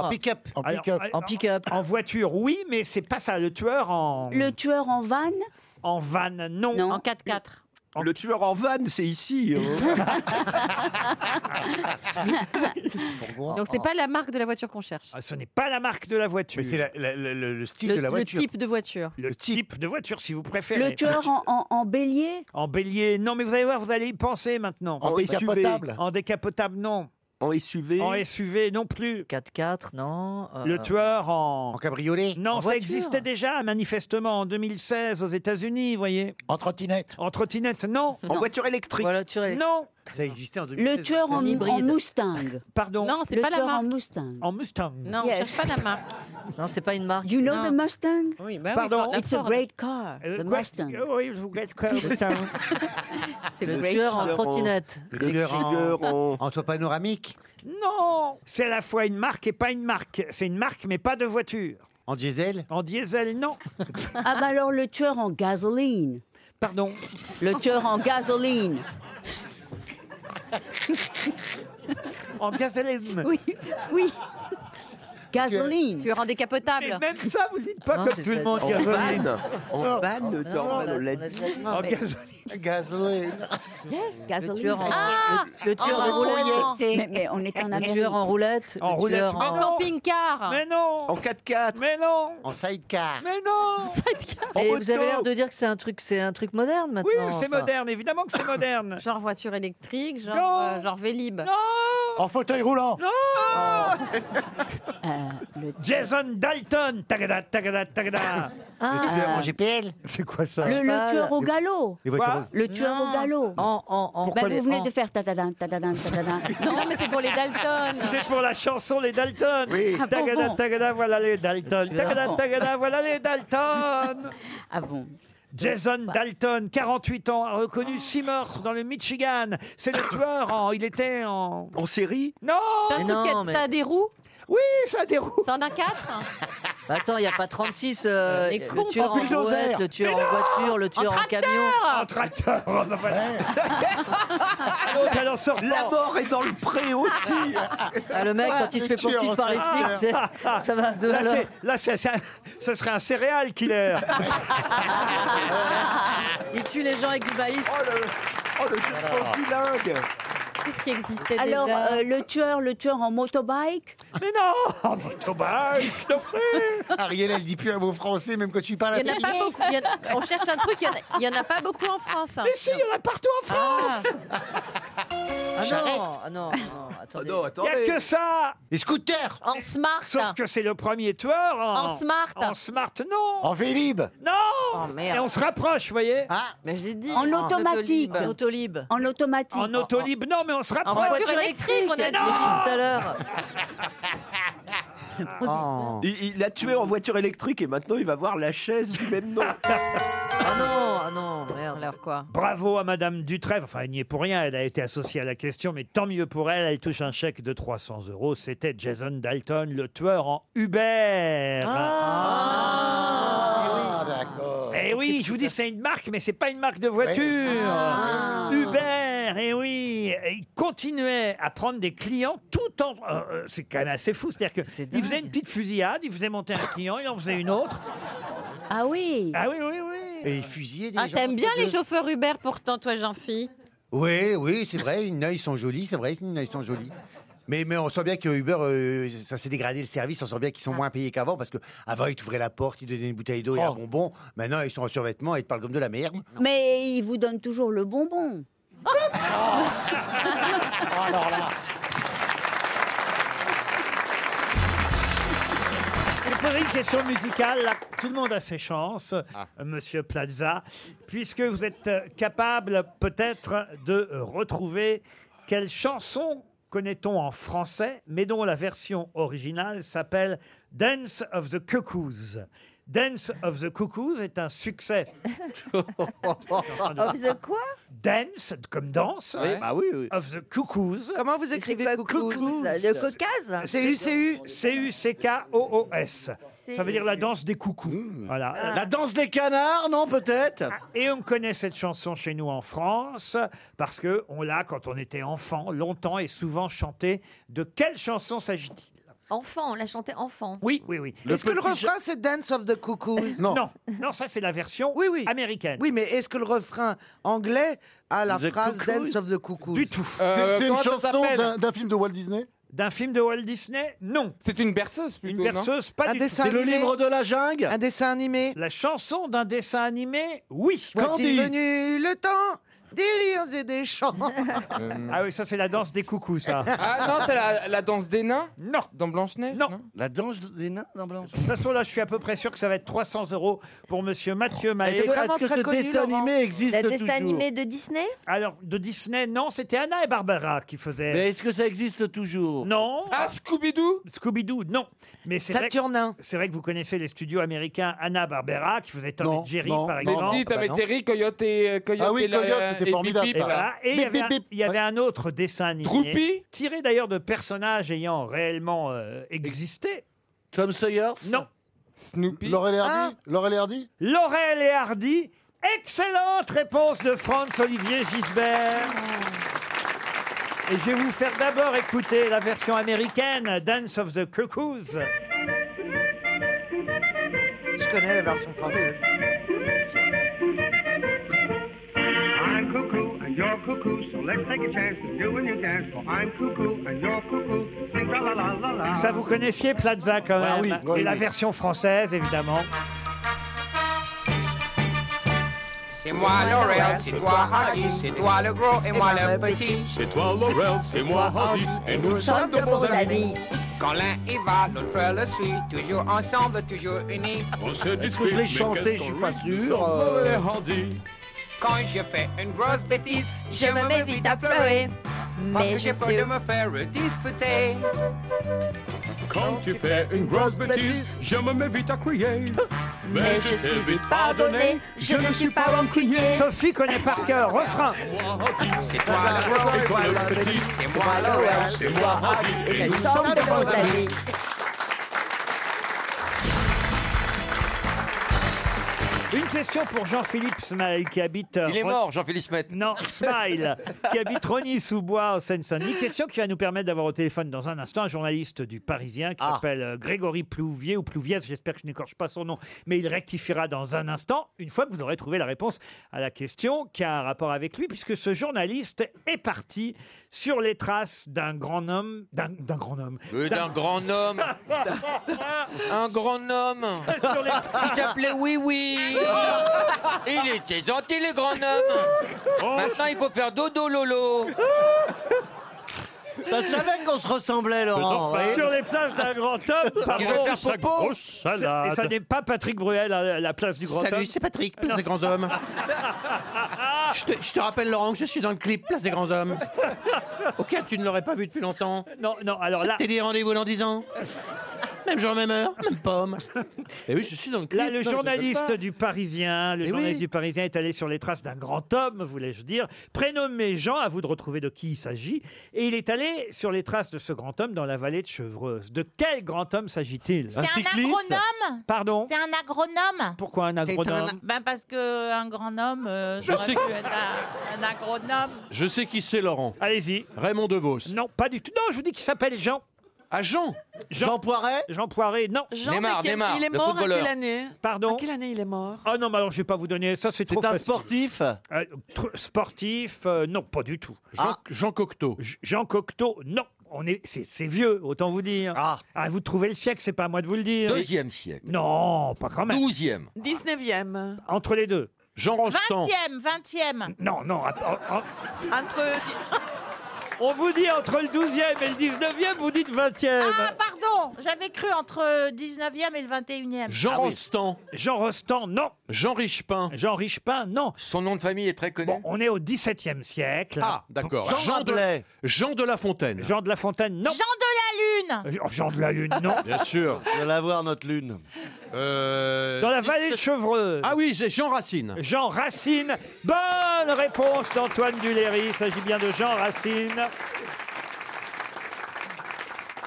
En Alors, pick-up. En, En pick-up. en voiture, oui, mais c'est pas ça. Le tueur en. Le tueur en van En van, non. En 4x4. Le tueur en van, c'est ici. hein. Donc c'est pas la marque de la voiture qu'on cherche. ce n'est pas la marque de la voiture. Mais c'est la- la- la- le, le style le, de la le voiture. type de voiture. Le type de voiture, si vous préférez. Le tueur en, en- en bélier En bélier, non, mais vous allez voir, vous allez y penser maintenant. En En décapotable. décapotable. En décapotable, non. En SUV En SUV, non plus. 4x4, non. euh, Le tueur en... En cabriolet Non, En ça voiture. existait déjà, manifestement, en 2016 aux États-Unis, vous voyez. En trottinette En trottinette, non. En Non. voiture électrique Non. Ça existait en Le tueur en, en Mustang. Pardon Non, c'est pas la en marque. Mustang. En Mustang. Non, on Yes. cherche pas la marque. Non, c'est pas une marque. You know Non. the Mustang Oui, bah oui, Pardon la It's a Ford. great car, Euh, the quoi- Mustang. Euh, Oui, je vous regrette quoi, Mustang C'est le tueur en trottinette. Le tueur en, en toit panoramique. Non C'est à la fois une marque et pas une marque. C'est une marque, mais pas de voiture. En diesel En diesel, non. Ah bah alors le tueur en gasoline. Pardon Le tueur en gasoline. En gasoline Oui, oui. Gasoline. Tu es en décapotable. Mais même ça, vous le dites pas Non, comme c'est tout le pas- monde. En gasoline. van. En Non. van, Non, dans- non, on l'a dit. En mais- gasoline. Gasoline. Gasoline. tueur en- Ah le- le tueur en de roulette. roulette. Mais, mais on est en Le Amérique. tueur en roulette. En le roulette, tueur mais en- non. Camping-car. Mais Oh. non. En 4x4. Mais non. En sidecar. Mais non. Et En vous avez moto. l'air de dire que c'est un truc, c'est un truc moderne maintenant. Oui, c'est enfin. moderne, évidemment que c'est moderne. Genre voiture électrique, genre, Non. euh, genre Vélib. En fauteuil roulant. Non Oh. Euh, Jason Dalton. Tagada, tagada, tagada. Ah. tueur en GPL. C'est quoi ça Le, le tueur au galop. Les voitures au- Le tueur Non. au galop. En, en, en- Bah, en- vous venez en- de faire tadadin, tadadin, tadadin. Non, mais c'est pour les Dalton. C'est pour la chanson Les Dalton. Oui. Ah bon, Tagada, bon. tagada, voilà les Dalton. Tueur Tagada, en- tagada, voilà les Dalton. Ah bon Bah. Jason Dalton, 48 ans, a Oh. reconnu six meurtres dans le Michigan. C'est le tueur en. Il était en. En série Non C'est un truc qui a- ça a des roues Oui, ça a des roues C'est en un 4 Attends, il n'y a pas 36. euh, Les le cons, tueur en en bulldozer. brouette, le tueur Mais en non voiture, le tueur en, camion. En tracteur on va pas- L'autre, elle en sort La pas. mort est dans le pré aussi. Ah, le mec, quand il se fait poursuivre par les flics, tu sais, ça va de Ah, Là, alors. c'est- là, c'est- c'est un- ce serait un céréal killer. Il tue les gens avec du maïs. Oh le bilingue Qu'est-ce qui existait Alors, euh, le tueur, le tueur en motobike Mais non En motobike, je t'en prie Ariel, elle dit plus un mot français, même quand tu parles Il n'y en a pas beaucoup. il y en a- on cherche un truc, il y en a- il n'y en, a pas beaucoup en France. Mais si, il y en a partout en France Ah non, ah non, non, attendez. Il n'y a que ça Les scooters En smart. Sauf que c'est le premier tueur en, En smart. En smart, non En Vélib Non Oh, Et on se rapproche, vous voyez Mais j'ai dit. En automatique. En autolib. En automatique. En autolib, non, mais on se En rapproche voiture électrique, on a dit Non tout à l'heure. Il il l'a tué en voiture électrique et maintenant il va voir la chaise du même nom. Ah non, ah non, merde, alors quoi Bravo à Madame Dutrève. Enfin, elle n'y est pour rien. Elle a été associée à la question, mais tant mieux pour elle. Elle touche un chèque de 300 euros. C'était Jason Dalton, le tueur en Uber. Eh Ah, d'accord. Eh oui, je vous dis, c'est une marque, mais c'est pas une marque de voiture. Ah, Uber, eh oui. Et il continuait à prendre des clients tout en. euh, euh, c'est quand même assez fou. C'est-à-dire qu'il faisait une petite fusillade, il faisait monter un client, il en faisait une autre. Ah oui Ah oui, oui, oui. Et il fusillait des Ah, gens. t'aimes bien entre les deux. chauffeurs Uber pourtant, toi, Jean-Phi Oui, oui, c'est vrai, ils ils sont jolis, c'est vrai, ils sont jolis. Mais, mais on sent bien que Uber, euh, ça s'est dégradé le service, on sent bien qu'ils Ah. sont moins payés qu'avant, parce que avant ils t'ouvraient la porte, ils donnaient une bouteille d'eau et Oh. un bonbon, maintenant ils sont en survêtement et ils te parlent comme de la merde. Mais il vous donne toujours le bonbon. Alors là, Je vais poser une question musicale. Là, tout le monde a ses chances, Ah. Monsieur Plaza, puisque vous êtes euh, capable peut-être de euh, retrouver quelle chanson connaît-on en français, mais dont la version originale s'appelle Dance of the Cuckoos. Dance of the Cuckoos est un succès. Oh, Oh, Of the quoi Dance, comme danse. hein, Oui, bah oui, oui. Of the Cuckoos. Comment vous écrivez coucou Le caucase C-U-C-U. C-U-C-K-O-O-S. Ça veut dire la danse des coucous. Voilà. Mmh. Ah. Ah. La danse des canards, non, peut-être Et on connaît cette chanson chez nous en France parce que on l'a, quand on était enfant, longtemps et souvent chantée. De quelle chanson s'agit-il Enfant, on l'a chanté enfant. Oui, oui, oui. Est-ce que le refrain c'est Dance of the Cuckoo Non. non, ça c'est la version américaine. Oui, mais est-ce que le refrain anglais a la The phrase Cuckoos Dance of the Cuckoo Du tout. Euh, C'est une comment ça chanson s'appelle d'un- d'un film de Walt Disney D'un film de Walt Disney Non. C'est une berceuse plutôt. Une berceuse, pas Un du dessin tout. Euh, animé la jungle Un dessin animé La chanson d'un dessin animé Oui. Voici venu le temps des rires et des chants. Ah oui, ça c'est la danse des coucous, ça. Ah non, c'est la, danse des nains Non. Dans Blanche-Neige Non. La danse des nains dans Blanche-Neige De toute façon, là, je suis à peu près sûr que ça va être 300 euros pour Monsieur Ah, Mathieu Maillet. existe Le dessin animé de Disney Alors, de Disney, non, c'était Anna et Barbara qui faisaient. Mais est-ce que ça existe toujours Non. Ah, Scooby-Doo Scooby-Doo, non. Mais c'est vrai que- C'est vrai que vous connaissez les studios américains Anna Barbera qui faisaient Tom Non, et Jerry, non, par non, exemple. non, bah non. Coyote et Ah oui, la- Coyote, c'était et formidable, Bip Et Bip. voilà. Et il y avait, un, il y avait un autre dessin animé. Droopy Tiré d'ailleurs de personnages ayant réellement euh, existé. Tom Sawyer Non. Snoopy Laurel et Hardy Laurel et Hardy Laurel et Hardy Excellente réponse de Franz-Olivier Gisbert Ah. Et je vais vous faire d'abord écouter la version américaine, Dance of the Cuckoos. Je connais la version française. I'm cuckoo and you're cuckoo, so let's take a chance and do a new dance. For I'm cuckoo and you're cuckoo, sing la la la la la. Ça, vous connaissiez Plaza quand même. Ah oui, oui, Et la oui. version française, évidemment. C'est moi Laurel, c'est toi Hardy, c'est toi le gros et moi le petit. C'est toi Laurel, c'est moi Hardy, et nous sommes de bons amis. Quand l'un y va, l'autre le suit, toujours ensemble, toujours unis. On se Est-ce que je l'ai chanté Je suis pas sûr, Laurel euh. et Hardy. Quand je fais une grosse bêtise, Je me mets vite à pleurer. parce Mais que je j'ai sais peur de me faire disputer. Quand tu fais une grosse bêtise, je me mets vite à crier. Mais je suis vite pardonné, je ne suis pas rancunier. Sophie connaît par cœur, refrain. C'est toi le gros et moi le petit, c'est moi Laurel, c'est moi Hardy, et nous sommes de bons amis. Une question pour Jean-Philippe Smile qui habite. euh, Il est mort, Jean-Philippe Smith. Non, Smile, qui habite Rony-sous-Bois en Seine-Saint-Denis. Question qui va nous permettre d'avoir au téléphone dans un instant un journaliste du Parisien Ah. qui s'appelle euh, Grégory Plouvier ou Plouviès, j'espère que je n'écorche pas son nom, mais il rectifiera dans un instant, une fois que vous aurez trouvé la réponse à la question qui a un rapport avec lui, puisque ce journaliste est parti sur les traces d'un grand homme, d'un d'un grand homme. Euh, D'un grand homme. Un grand homme. Sur les- Il s'appelait Oui Oui. Il était gentil, le grand Oh. homme. Maintenant, il faut faire dodo lolo. Je savais qu'on se ressemblait, Faisons Laurent. pas. oui. Sur les plages d'un grand homme, pardon. veut faire Sa popo. grosse C'est- salade. Et ça n'est pas Patrick Bruel à la place du grand homme. Salut, c'est Patrick, place Non. des grands hommes. je, te, je te rappelle, Laurent, que je suis dans le clip Place des grands hommes. Auquel tu ne l'aurais pas vu depuis longtemps. Non, non, alors là- T'es des rendez-vous dans 10 ans. Même jour, même heure, même pomme. Et oui, je suis dans le clip. Là, le non, je journaliste peux pas. du Parisien, le Eh journaliste oui. du Parisien est allé sur les traces d'un grand homme, voulais-je dire, prénommé Jean, à vous de retrouver de qui il s'agit, et il est allé sur les traces de ce grand homme dans la vallée de Chevreuse. De quel grand homme s'agit-il C'est un agronome Pardon C'est un agronome Pourquoi un agronome Ben parce que un grand homme, euh, Je j'aurais sais pu que- être un, un agronome. Je sais qui c'est, Laurent. Allez-y. Raymond DeVos. Non, pas du tout. Non, je vous dis qu'il s'appelle Jean. Ah, Jean Jean, Poiret Jean Poiret, non. Jean, Neymar, mais quel- Neymar, il est le mort à footballeur. quelle année Pardon À quelle année il est mort Ah non, mais alors je vais pas vous donner ça, c'est trop un sportif Sportif, euh, non, pas du tout. Jean- Jean Cocteau. Jean Cocteau, non. On est, c'est, c'est vieux, autant vous dire. Ah. vous trouvez le siècle, c'est pas à moi de vous le dire. Deuxième siècle. Non, pas quand même. Douzième. 19e. Entre les deux. Jean 20e, 20e. Non, non. att- oh, Entre. oh. On vous dit entre le 12e et le 19e, vous dites 20e. Ah, pardon, j'avais cru entre 19e et le 21e. Jean Ah oui. Rostand. Jean Rostand, non. Jean Richepin. Jean Richepin, non. Son nom de famille est très connu. on est au 17e siècle. Ah, d'accord. Jean de, Rabelais. Jean de La Fontaine. Jean de La Fontaine, Jean non. de la Lune. Oh, Jean de la Lune, non. Bien sûr. On va voir notre lune. Euh, Dans la vallée de Chevreuse. Ah oui, j'ai Jean Racine. Jean Racine. Bonne réponse d'Antoine Duléry. Il s'agit bien de Jean Racine.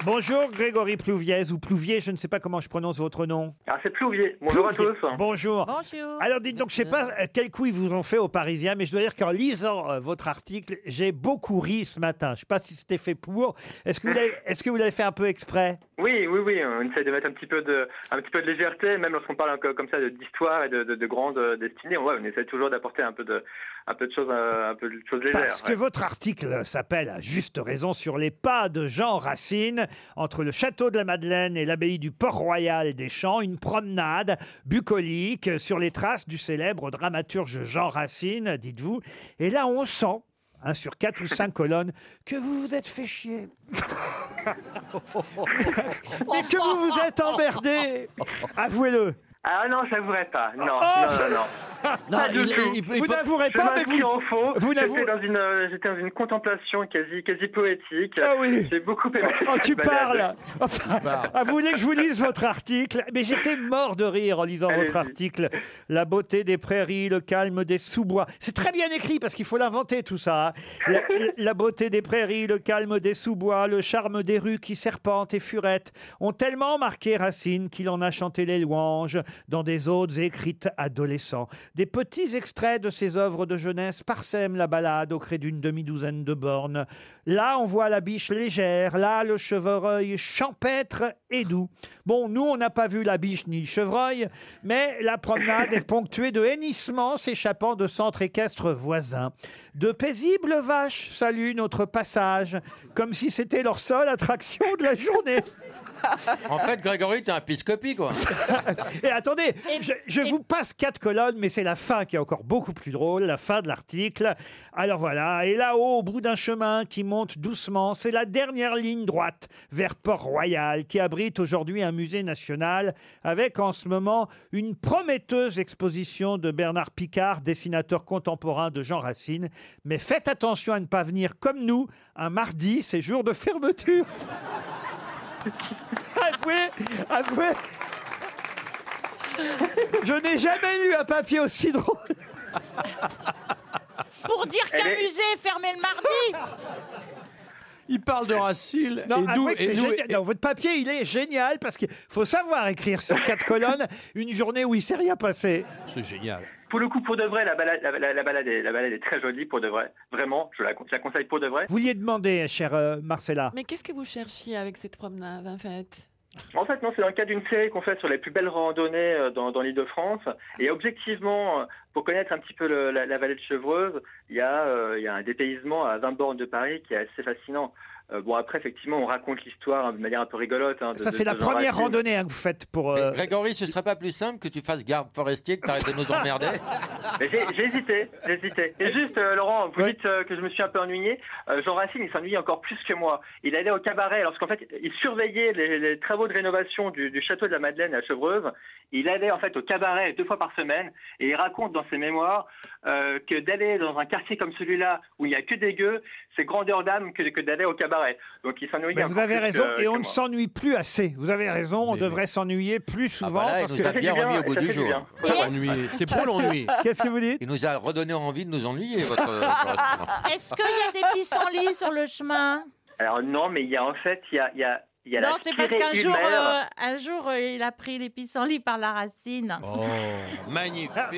Bonjour Grégory Plouviez ou Plouvier, je ne sais pas comment je prononce votre nom. Ah, c'est Plouvier. Bonjour Plouvier. à tous. Bonjour. Bonjour. Alors dites donc, je ne sais pas euh, quel coup ils vous ont fait aux Parisiens, mais je dois dire qu'en lisant euh, votre article, j'ai beaucoup ri ce matin. Je ne sais pas si c'était fait pour. Est-ce que vous l'avez- est-ce que vous l'avez fait un peu exprès Oui, oui, oui. hein, On essaie de mettre un petit peu de, un petit peu de légèreté, même lorsqu'on parle co- comme ça de- d'histoire et de, de, de grandes euh, destinées. Ouais, on essaie toujours d'apporter un peu de, un peu de choses, euh, un peu de choses légères. Parce que ouais. votre article s'appelle à juste raison sur les pas de Jean Racine entre le château de la Madeleine et l'abbaye du Port-Royal des Champs, une promenade bucolique sur les traces du célèbre dramaturge Jean Racine, dites-vous. Et là, on sent, hein, sur quatre ou cinq colonnes, que vous vous êtes fait chier. Et que vous vous êtes emmerdé. Avouez-le. Ah non, j'avouerai pas. Non, non, non, non. Non, il- il- il- Oh vous n'avouerez pas, mais mais vous- en faux. vous n'avouerez- J'étais dans une, euh, j'étais dans une contemplation quasi, quasi poétique. Ah oui. J'ai beaucoup aimé. Oh, tu cette balade. parles Enfin, Bah. ah, Vous voulez que je vous lise votre article Mais j'étais mort de rire en lisant votre article. La beauté des prairies, le calme des sous-bois. C'est très bien écrit parce qu'il faut l'inventer tout ça. hein. La, la beauté des prairies, le calme des sous-bois, le charme des rues qui serpentent et furettent ont tellement marqué Racine qu'il en a chanté les louanges dans des odes écrites adolescents. Des petits extraits de ses œuvres de jeunesse parsèment la balade au cré d'une demi-douzaine de bornes. Là, on voit la biche légère, là, le chevreuil champêtre et doux. Bon, nous, on n'a pas vu la biche ni le chevreuil, mais la promenade est ponctuée de hennissements s'échappant de centres équestres voisins. De paisibles vaches saluent notre passage, comme si c'était leur seule attraction de la journée. En fait, Grégory, t'es un piscopi, quoi. Et attendez, je, je vous passe quatre colonnes, mais c'est la fin qui est encore beaucoup plus drôle, la fin de l'article. Alors voilà, et là-haut, au bout d'un chemin qui monte doucement, c'est la dernière ligne droite vers Port-Royal, qui abrite aujourd'hui un musée national, avec en ce moment une prometteuse exposition de Bernard Picard, dessinateur contemporain de Jean Racine. Mais faites attention à ne pas venir comme nous, un mardi, c'est jour de fermeture. avouez, avouez. Je n'ai jamais lu un papier aussi drôle. Pour dire qu'un musée est fermé le mardi. Il parle de Racine. Non, et nous- avouez que et c'est nous- génial. Non, votre papier, il est génial parce qu'il faut savoir écrire sur quatre colonnes une journée où il s'est rien passé. C'est génial. Pour le coup, pour de vrai, la balade, la, la- la balade, est, la balade est très jolie, pour de vrai. Vraiment, je la, con- je la conseille pour de vrai. Vous vouliez demander, chère euh, Marcella. Mais qu'est-ce que vous cherchiez avec cette promenade en fait En fait, non, c'est dans le cadre d'une série qu'on fait sur les plus belles randonnées euh, dans, dans l'île de France. Et objectivement, euh, pour connaître un petit peu le- la, la vallée de Chevreuse, il y, a, euh, il y a un dépaysement à 20 bornes de Paris qui est assez fascinant. Euh, bon, après, effectivement, on raconte l'histoire hein, de manière un peu rigolote. hein, de- Ça, de- c'est la de Jean Ah, première Racine. randonnée hein, que vous faites pour. euh, Grégory, ce serait pas plus simple que tu fasses garde forestier, que t'arrêtes de nous emmerder Mais J'ai j'ai hésité, j'ai hésité. Et juste, euh, Laurent, vous dites euh, que je me suis un peu ennuyé. Euh, Jean Racine, il s'ennuyait encore plus que moi. Il allait au cabaret, alors qu'en fait, il surveillait les, les travaux de rénovation du, du château de la Madeleine à Chevreuse. Il allait en fait au cabaret deux fois par semaine et il raconte dans ses mémoires euh, que d'aller dans un quartier comme celui-là où il n'y a que des gueux, c'est grandeur d'âme que, que d'aller au cabaret. Donc il s'ennuyait. ben, encore vous avez plus raison, euh, que- et que on ne moi. s'ennuie plus assez. Vous avez raison, on devrait s'ennuyer plus souvent. Voilà, Ah, bah il Ah, parce nous a que... bien remis au goût du jour. hein. C'est trop l'ennui. Qu'est-ce que vous dites Il nous a redonné envie de nous ennuyer, votre. votre- Est-ce qu'il y a des pissenlits sur le chemin Alors non, mais il y a en fait, il y a, il y a, il y a la Non, c'est parce spirée qu'un jour, humaine. euh, un jour, euh, il a pris les pissenlits par la racine. Oh. Oh, magnifique, Ah.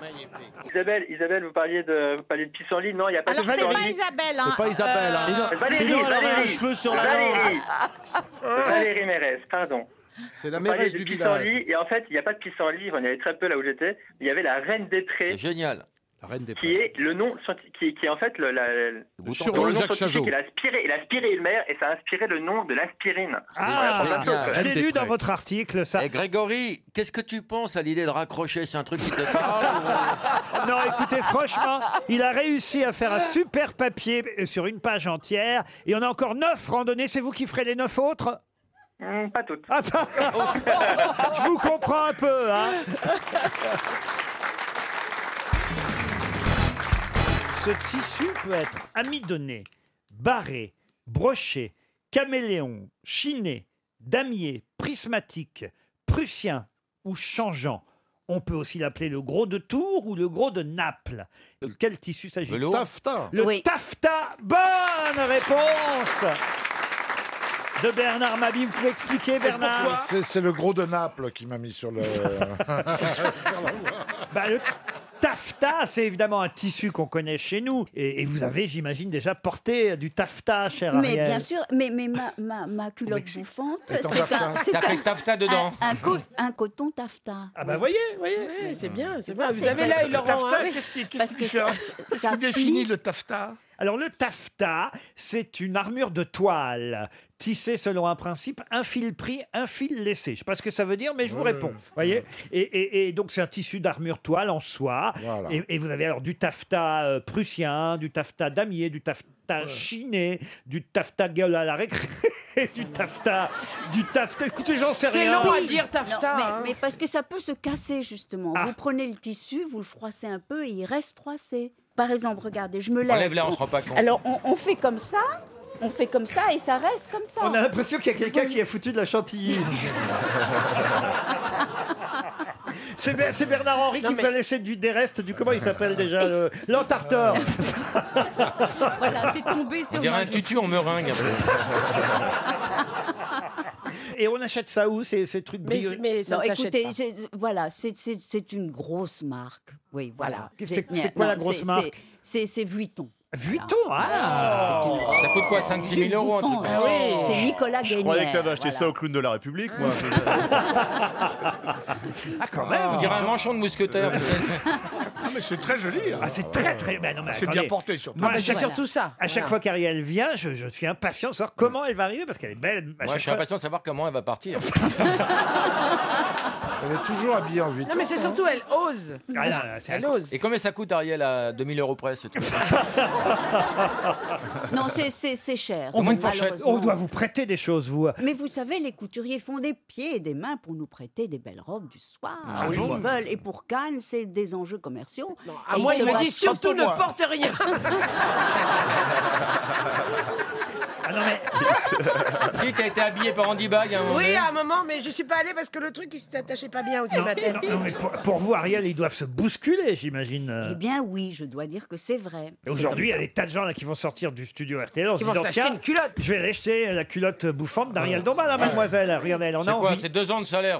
magnifique. Isabelle, Isabelle, vous parliez de, vous parliez de pissenlit. Non, il n'y a pas Alors, de c'est pissenlit. pas Isabelle, hein. euh, Valérie, sinon, elle aurait Valérie, un cheveu sur la Valérie. langue. Valérie Mérez, pardon. C'est la Vous parliez mairesse de du pissenlit, village. Et en fait, il n'y a pas de pissenlit, on y avait très peu là où j'étais. Il y avait la reine des prés. Génial. La reine des Qui est le nom, scienti- qui, qui est en fait le, la, le bouton. dont le nom Jacques scientifique Chazot. est l'aspirée, et l'aspirée Ulmer, et ça a inspiré le nom de l'aspirine. Ah, Voilà, pour la sauce. je l'ai lu dans votre article, ça. Et Eh, Grégory, qu'est-ce que tu penses à l'idée de raccrocher C'est un truc qui te Ah. parle Non, écoutez, franchement, il a réussi à faire un super papier sur une page entière. Et on a encore neuf randonnées. C'est vous qui ferez les neuf autres Hmm, Pas toutes. Ah, pas- Je vous comprends un peu, hein Ce tissu peut être amidonné, barré, broché, caméléon, chiné, damier, prismatique, prussien ou changeant. On peut aussi l'appeler le gros de Tours ou le gros de Naples. De quel tissu s'agit-il Le taffetas. Le taffetas. Bonne réponse de Bernard Mabie. Vous pouvez expliquer, Bernard C'est c'est le gros de Naples qui m'a mis sur le. Euh. Bah, le taffetas, c'est évidemment un tissu qu'on connaît chez nous. Et, et vous avez, j'imagine, déjà porté du taffetas, cher Mais Ariel. bien sûr, mais, mais ma, ma, ma culotte bouffante, Est en c'est taffetas. un, c'est T'as fait un- le taffetas dedans. Un, un co- un coton taffetas. Ah bah voyez, voyez. c'est bien, c'est bien. Ah, bien. bah, Vous avez l'œil, Laurent. Taffetas, hein. qu'est-ce qui- qu'est-ce Parce qui que fait ça- un- ça qu'est-ce qui définit plie. le taffetas Alors le taffetas, c'est une armure de toile tissée selon un principe un fil pris, un fil laissé. Je sais pas ce que ça veut dire, mais je vous réponds. Voyez. Et, et- et donc c'est un tissu d'armure toile en soie. Et, et vous avez alors du taffetas euh, prussien, du taffetas damier, du taffetas chiné, du taffetas gueule à la récré. et Du taffetas, du taffetas. Écoutez, j'en sais C'est rien. long à dire, taffetas, Non, mais, hein. mais parce que ça peut se casser justement. Ah. Vous prenez le tissu, vous le froissez un peu et il reste froissé. Par exemple, regardez, je me lève. Enlève-la, on se rend pas compte. Alors on, on fait comme ça, on fait comme ça et ça reste comme ça. On a l'impression qu'il y a quelqu'un qui a foutu de la chantilly. C'est Ber- c'est Bernard Henry qui vous a laissé du, des restes du. Comment il Euh, s'appelle déjà le- L'entarteur. Voilà, c'est tombé sur On dirait ma un tutu en meringue. Et on achète ça où, ces, ces trucs Mais, brillants mais ça non, écoutez, j'ai- voilà, c'est- c'est c'est une grosse marque. Oui, voilà. C'est- c'est quoi la non, grosse c'est- marque C'est c'est Vuitton. Vuitton, ah Ça coûte quoi 5-6 000 euros un truc Ah oui. C'est Nicolas Je croyais que Gagnère. t'avais acheté ça au clown de la République, moi. ah, quand On dirait un manchon de mousquetaire. mais c'est très joli. hein. Ah, c'est très très. mais non, mais C'est attendez. bien porté, surtout. Moi, Ah, à bah, c'est chaque- surtout ça. À chaque Voilà. fois qu'Ariel vient, je, je suis impatient de savoir comment elle va arriver parce qu'elle est belle. à Moi, chaque je suis fois. impatient de savoir comment elle va partir. Elle est toujours habillée en huit. Non, mais c'est surtout, elle ose. Ah, là, là, c'est Ah elle un- ose. Et combien ça coûte, Ariel, à 2000 euros près, ce truc Non, c'est- c'est c'est cher. On, vous- malheureusement. on doit vous prêter des choses, vous. Mais vous savez, les couturiers font des pieds et des mains pour nous prêter des belles robes du soir. Ah Ils oui, moi. veulent. Et pour Cannes, c'est des enjeux commerciaux. Ah, Et moi, il ils se me dit battent surtout contre ne moi. porte rien. Ah non, mais. Si, t'as été habillé par Andy Bag hein, à un moment Oui, donné. à un moment, mais je suis pas allée parce que le truc, il s'attachait pas bien au-dessus de ma tête. Non, mais pour, pour vous, Ariel, ils doivent se bousculer, j'imagine. euh. Eh bien oui, je dois dire que c'est vrai. Et Aujourd'hui, il y a elle des tas de gens là, qui vont sortir du studio RTL en Qui se vont disant s'acheter Tiens, une culotte. je vais acheter la culotte bouffante d'Ariel Dombal, là, mademoiselle. Regardez, elle en C'est a quoi envie. C'est deux ans de salaire.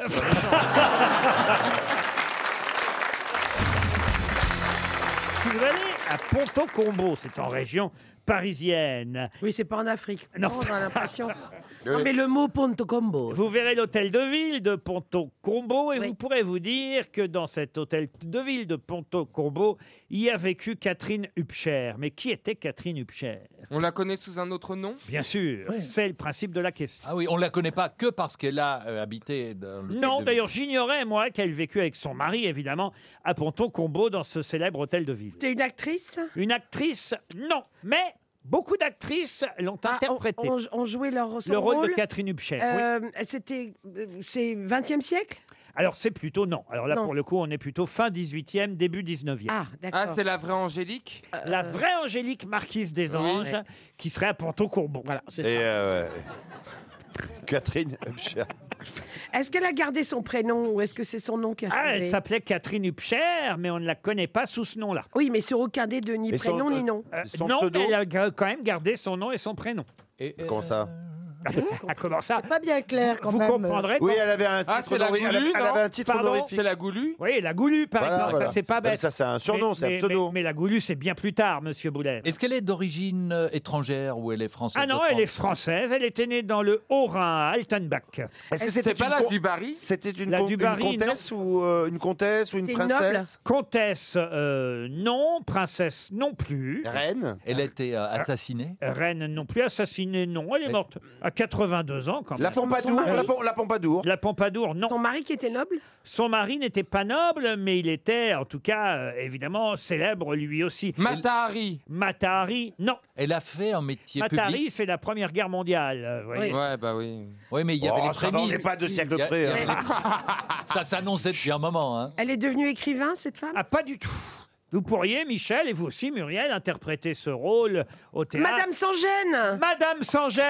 Si vous allez à Ponto Combo, c'est en région parisienne. Oui, c'est pas en Afrique. Non. On a l'impression. Oh, Euh. Non, mais le mot Ponto Combo. Vous verrez l'hôtel de ville de Ponto Combo et vous pourrez vous dire que dans cet hôtel de ville de Ponto Combo, y a vécu Catherine Hupcher. Mais qui était Catherine Hupcher On la connaît sous un autre nom Bien sûr, c'est le principe de la question. Ah oui, on ne la connaît pas que parce qu'elle a euh, habité dans le Non, de- d'ailleurs, j'ignorais, moi, qu'elle vécut avec son mari, évidemment, à Ponton-Combo, dans ce célèbre hôtel de ville. T'es une actrice Une actrice, non, mais beaucoup d'actrices l'ont Ah, interprétée. On, on jouait leur son Le rôle de Catherine Hubscher, oui. Euh, C'était. euh, C'est 20e siècle Alors, c'est plutôt non. Alors là, Non. pour le coup, on est plutôt fin 18e, début 19e. Ah, d'accord. Ah, c'est la vraie Angélique La vraie Angélique Marquise des Anges, Ouais. qui serait à Ponton-Courbon. Voilà, c'est Et euh, Catherine Hubscher. Est-ce qu'elle a gardé son prénom ou est-ce que c'est son nom qui a changé Ah, elle s'appelait Catherine Hubscher, mais on ne la connaît pas sous ce nom-là. Oui, mais sur aucun des deux, ni Et son- prénom ni nom. Euh, non, mais elle a ga- quand même gardé son nom et son prénom. Euh, Comment ça Ah, Comment ça Pas bien clair Vous comprendrez Oui, quand- elle avait un titre Ah, c'est la honorifique. Elle Goulue, avait- elle non avait un titre Pardon honorifique. C'est la Goulue Oui, la Goulue, par Voilà, exemple. voilà. Ça, c'est pas Ah, mais bête. ça, c'est un surnom, Mais- c'est un mais- pseudo. Mais, mais la Goulue, c'est bien plus tard, monsieur Boulet. Est-ce qu'elle est d'origine euh, étrangère ou elle est française Ah non, de elle est France française. Elle était née dans le Haut-Rhin, à Altenbach. Est-ce que c'était une con- C'était une, La con- une Dubarry, comtesse ou euh, une comtesse ou une princesse Comtesse, euh, non. Princesse, non plus. Reine Elle a été euh, assassinée Reine non plus, assassinée non. Elle est morte à 82 ans quand même. La Pompadour, la, Pom- la Pompadour. La Pompadour, non. Son mari qui était noble Son mari n'était pas noble, mais il était, en tout cas, euh, évidemment, célèbre lui aussi. Matahari. Matahari, non. Elle a fait un métier Matahari, public. c'est la Première Guerre mondiale. euh, vous voyez. Ouais, bah oui. Oui, mais il y avait Oh, les ça va, on prémices. n'est pas deux siècles Il y a- près, il y avait hein. les prémices. ça s'annonçait depuis un moment. hein. Elle est devenue écrivain, cette femme Ah, pas du tout. Vous pourriez, Michel, et vous aussi, Muriel, interpréter ce rôle au théâtre. Madame sans gêne Madame sans gêne.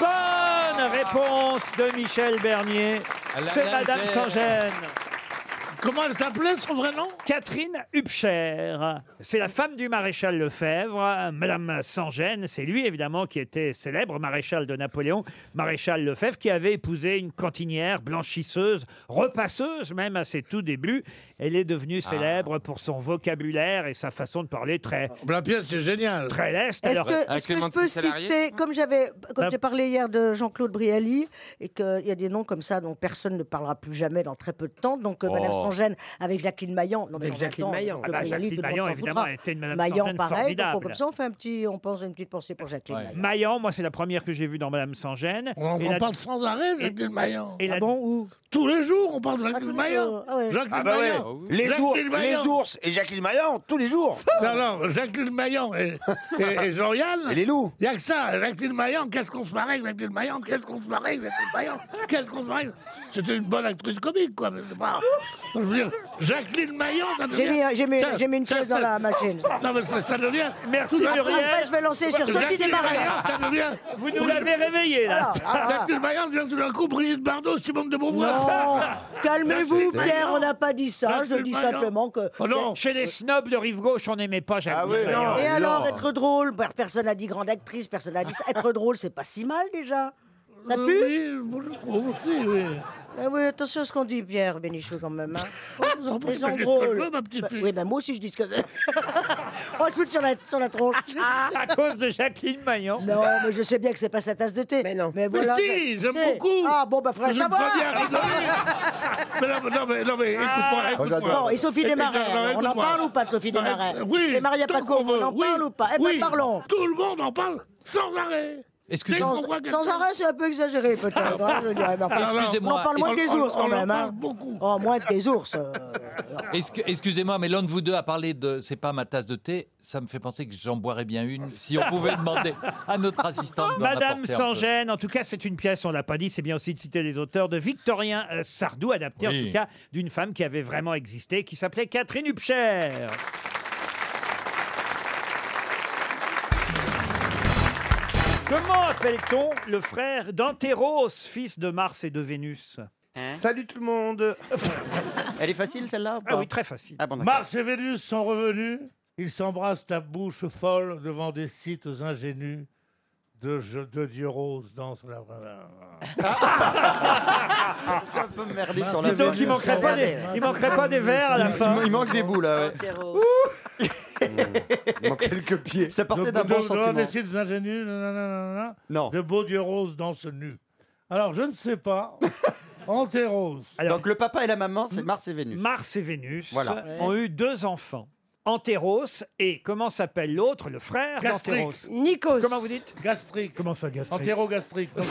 Bonne réponse de Michel Bernier. Elle a C'est l'air Madame d'être- sans gêne. Comment elle s'appelait son vrai nom Catherine Hubscher. C'est la femme du maréchal Lefebvre, Madame sans gêne. C'est lui évidemment qui était célèbre maréchal de Napoléon, maréchal Lefebvre qui avait épousé une cantinière blanchisseuse, repasseuse même à ses tout débuts. Elle est devenue Ah. célèbre pour son vocabulaire et sa façon de parler très Ah, La pièce, c'est génial. très leste. Est-ce Alors- que- Est-ce que je peux citer, comme j'avais, comme Bah- j'ai parlé hier de Jean-Claude Brialy, et qu'il y a des noms comme ça dont personne ne parlera plus jamais dans très peu de temps, donc euh, Oh. Madame Sangène avec Jacqueline Maillan. Non, mais Avec en même Jacqueline temps, Maillan. Jean-Claude Ah bah, Brialy, tout Jacqueline le monde Maillan, s'en évidemment, foutra. elle était une Madame Maillan, Sangène pareil, donc, on- formidable. comme ça on fait un petit, on pense à une petite pensée pour Jacqueline Maillan. Maillan, moi c'est la première que j'ai vue dans Madame sans gêne. On en Et la- parle sans arrêt, Jacqueline Maillan. Ah Et la- Tous les jours, on parle de Jacqueline tous les Maillan. jours, ah ouais. Jacqueline Ah bah ouais. Maillan. Les, Jacqueline ours, Maillan. les ours et Jacqueline Maillan, tous les jours. Non, non, Jacqueline Maillan et, et, et Jean-Yann. Et les loups. Il n'y a que ça. Jacqueline Maillan, qu'est-ce qu'on se marrait avec Jacqueline Maillan Qu'est-ce qu'on se marrait avec Jacqueline Maillan Qu'est-ce qu'on se marrait C'était une bonne actrice comique, quoi. Mais c'est pas... Je veux dire, Jacqueline Maillan, ça devient... J'ai mis, j'ai mis- ça- j'ai mis une ça- pièce dans ça- la machine. Non, mais ça, ça devient... Merci, Tout d'un coup, Muriel. Après, je vais lancer sur Sophie Jacqueline Desmarais. Maillan, ça devient... Vous nous l'avez réveillé là. Jacqueline Maillan devient tout d'un coup Brigitte Bardot, Simone de Beauvoir. Non, calmez-vous, Pierre, on n'a pas dit ça. Je Jacqueline dis Maillan. Oh simplement que. Oh Chez les snobs de rive gauche, on n'aimait pas Ah Jacqueline. Maillan. Et alors, être drôle, bah, personne n'a dit grande actrice, personne n'a dit ça. Être drôle, c'est pas si mal déjà. Ça pue Euh, Oui, bon, je trouve aussi, oui. Ah oui, attention à ce qu'on dit, Pierre Bénichou, quand même. Hein. prie, Les gens qu'est-ce que drôles. je veux, ma petite Bah, fille oui, bah, moi aussi, je dis ce que. on se fout sur la, sur la tronche. Ah À cause de Jacqueline Maillan. Non, mais je sais bien que c'est pas sa tasse de thé. Mais non. Mais, voilà, si, je- j'aime c'est- beaucoup. Ah bon, bah, frère, Je me savoir. vois bien rigoler. Mais non, mais- non, mais, non, Ah. mais écoute-moi, écoute-moi. Non, et Sophie Desmarais, non, alors, on en écoute-moi. parle ou pas de Sophie Non, Desmarais euh, Oui. Desmarais, y a tant pas de cours, qu'on veut, on en oui, parle ou pas Eh ben, oui. parlons. Tout le monde en parle sans arrêt. Sans, sans arrêt, c'est un peu exagéré, peut-être. hein, je dirais, mais enfin, Alors, excusez-moi, On parle moins on- que des on- ours, on quand en même. parle hein. Oh, moins que des ours. euh. Est-ce que- Excusez-moi, mais l'un de vous deux a parlé de c'est pas ma tasse de thé. Ça me fait penser que j'en boirais bien une. Si on pouvait demander à notre assistante. de Madame rapporter un sans peu. gêne, en tout cas, c'est une pièce, on l'a pas dit, c'est bien aussi de citer les auteurs de Victorien euh, Sardou, adapté en Oui. tout cas d'une femme qui avait vraiment existé, qui s'appelait Catherine Hubscher. Comment appelle-t-on le frère d'Antéros, fils de Mars et de Vénus Salut tout le monde Hein Elle est facile celle-là Ah oui, très facile. Mars et Vénus sont revenus. Ils s'embrassent la bouche folle devant des sites ingénus de, jeux de dieux roses dans la. Ah, C'est un peu merdé sur la Dis donc, il manquerait pas des- il manquerait pas des verres à la fin. Il manque des bouts là. ouais. Il manque quelques pieds. Ça De- de- de- devant des sites ingénus, nanana, nanana, de beaux dieux roses dansent nus. Alors, je ne sais pas. Antérose. Donc le papa et la maman, c'est Mars et Vénus. Mars et Vénus Voilà. ont eu deux enfants. Antéros et comment s'appelle l'autre, le frère d'Antéros Gastrique. Nikos. Comment vous dites Gastrique. Comment ça, gastrique Antérogastrique. donc,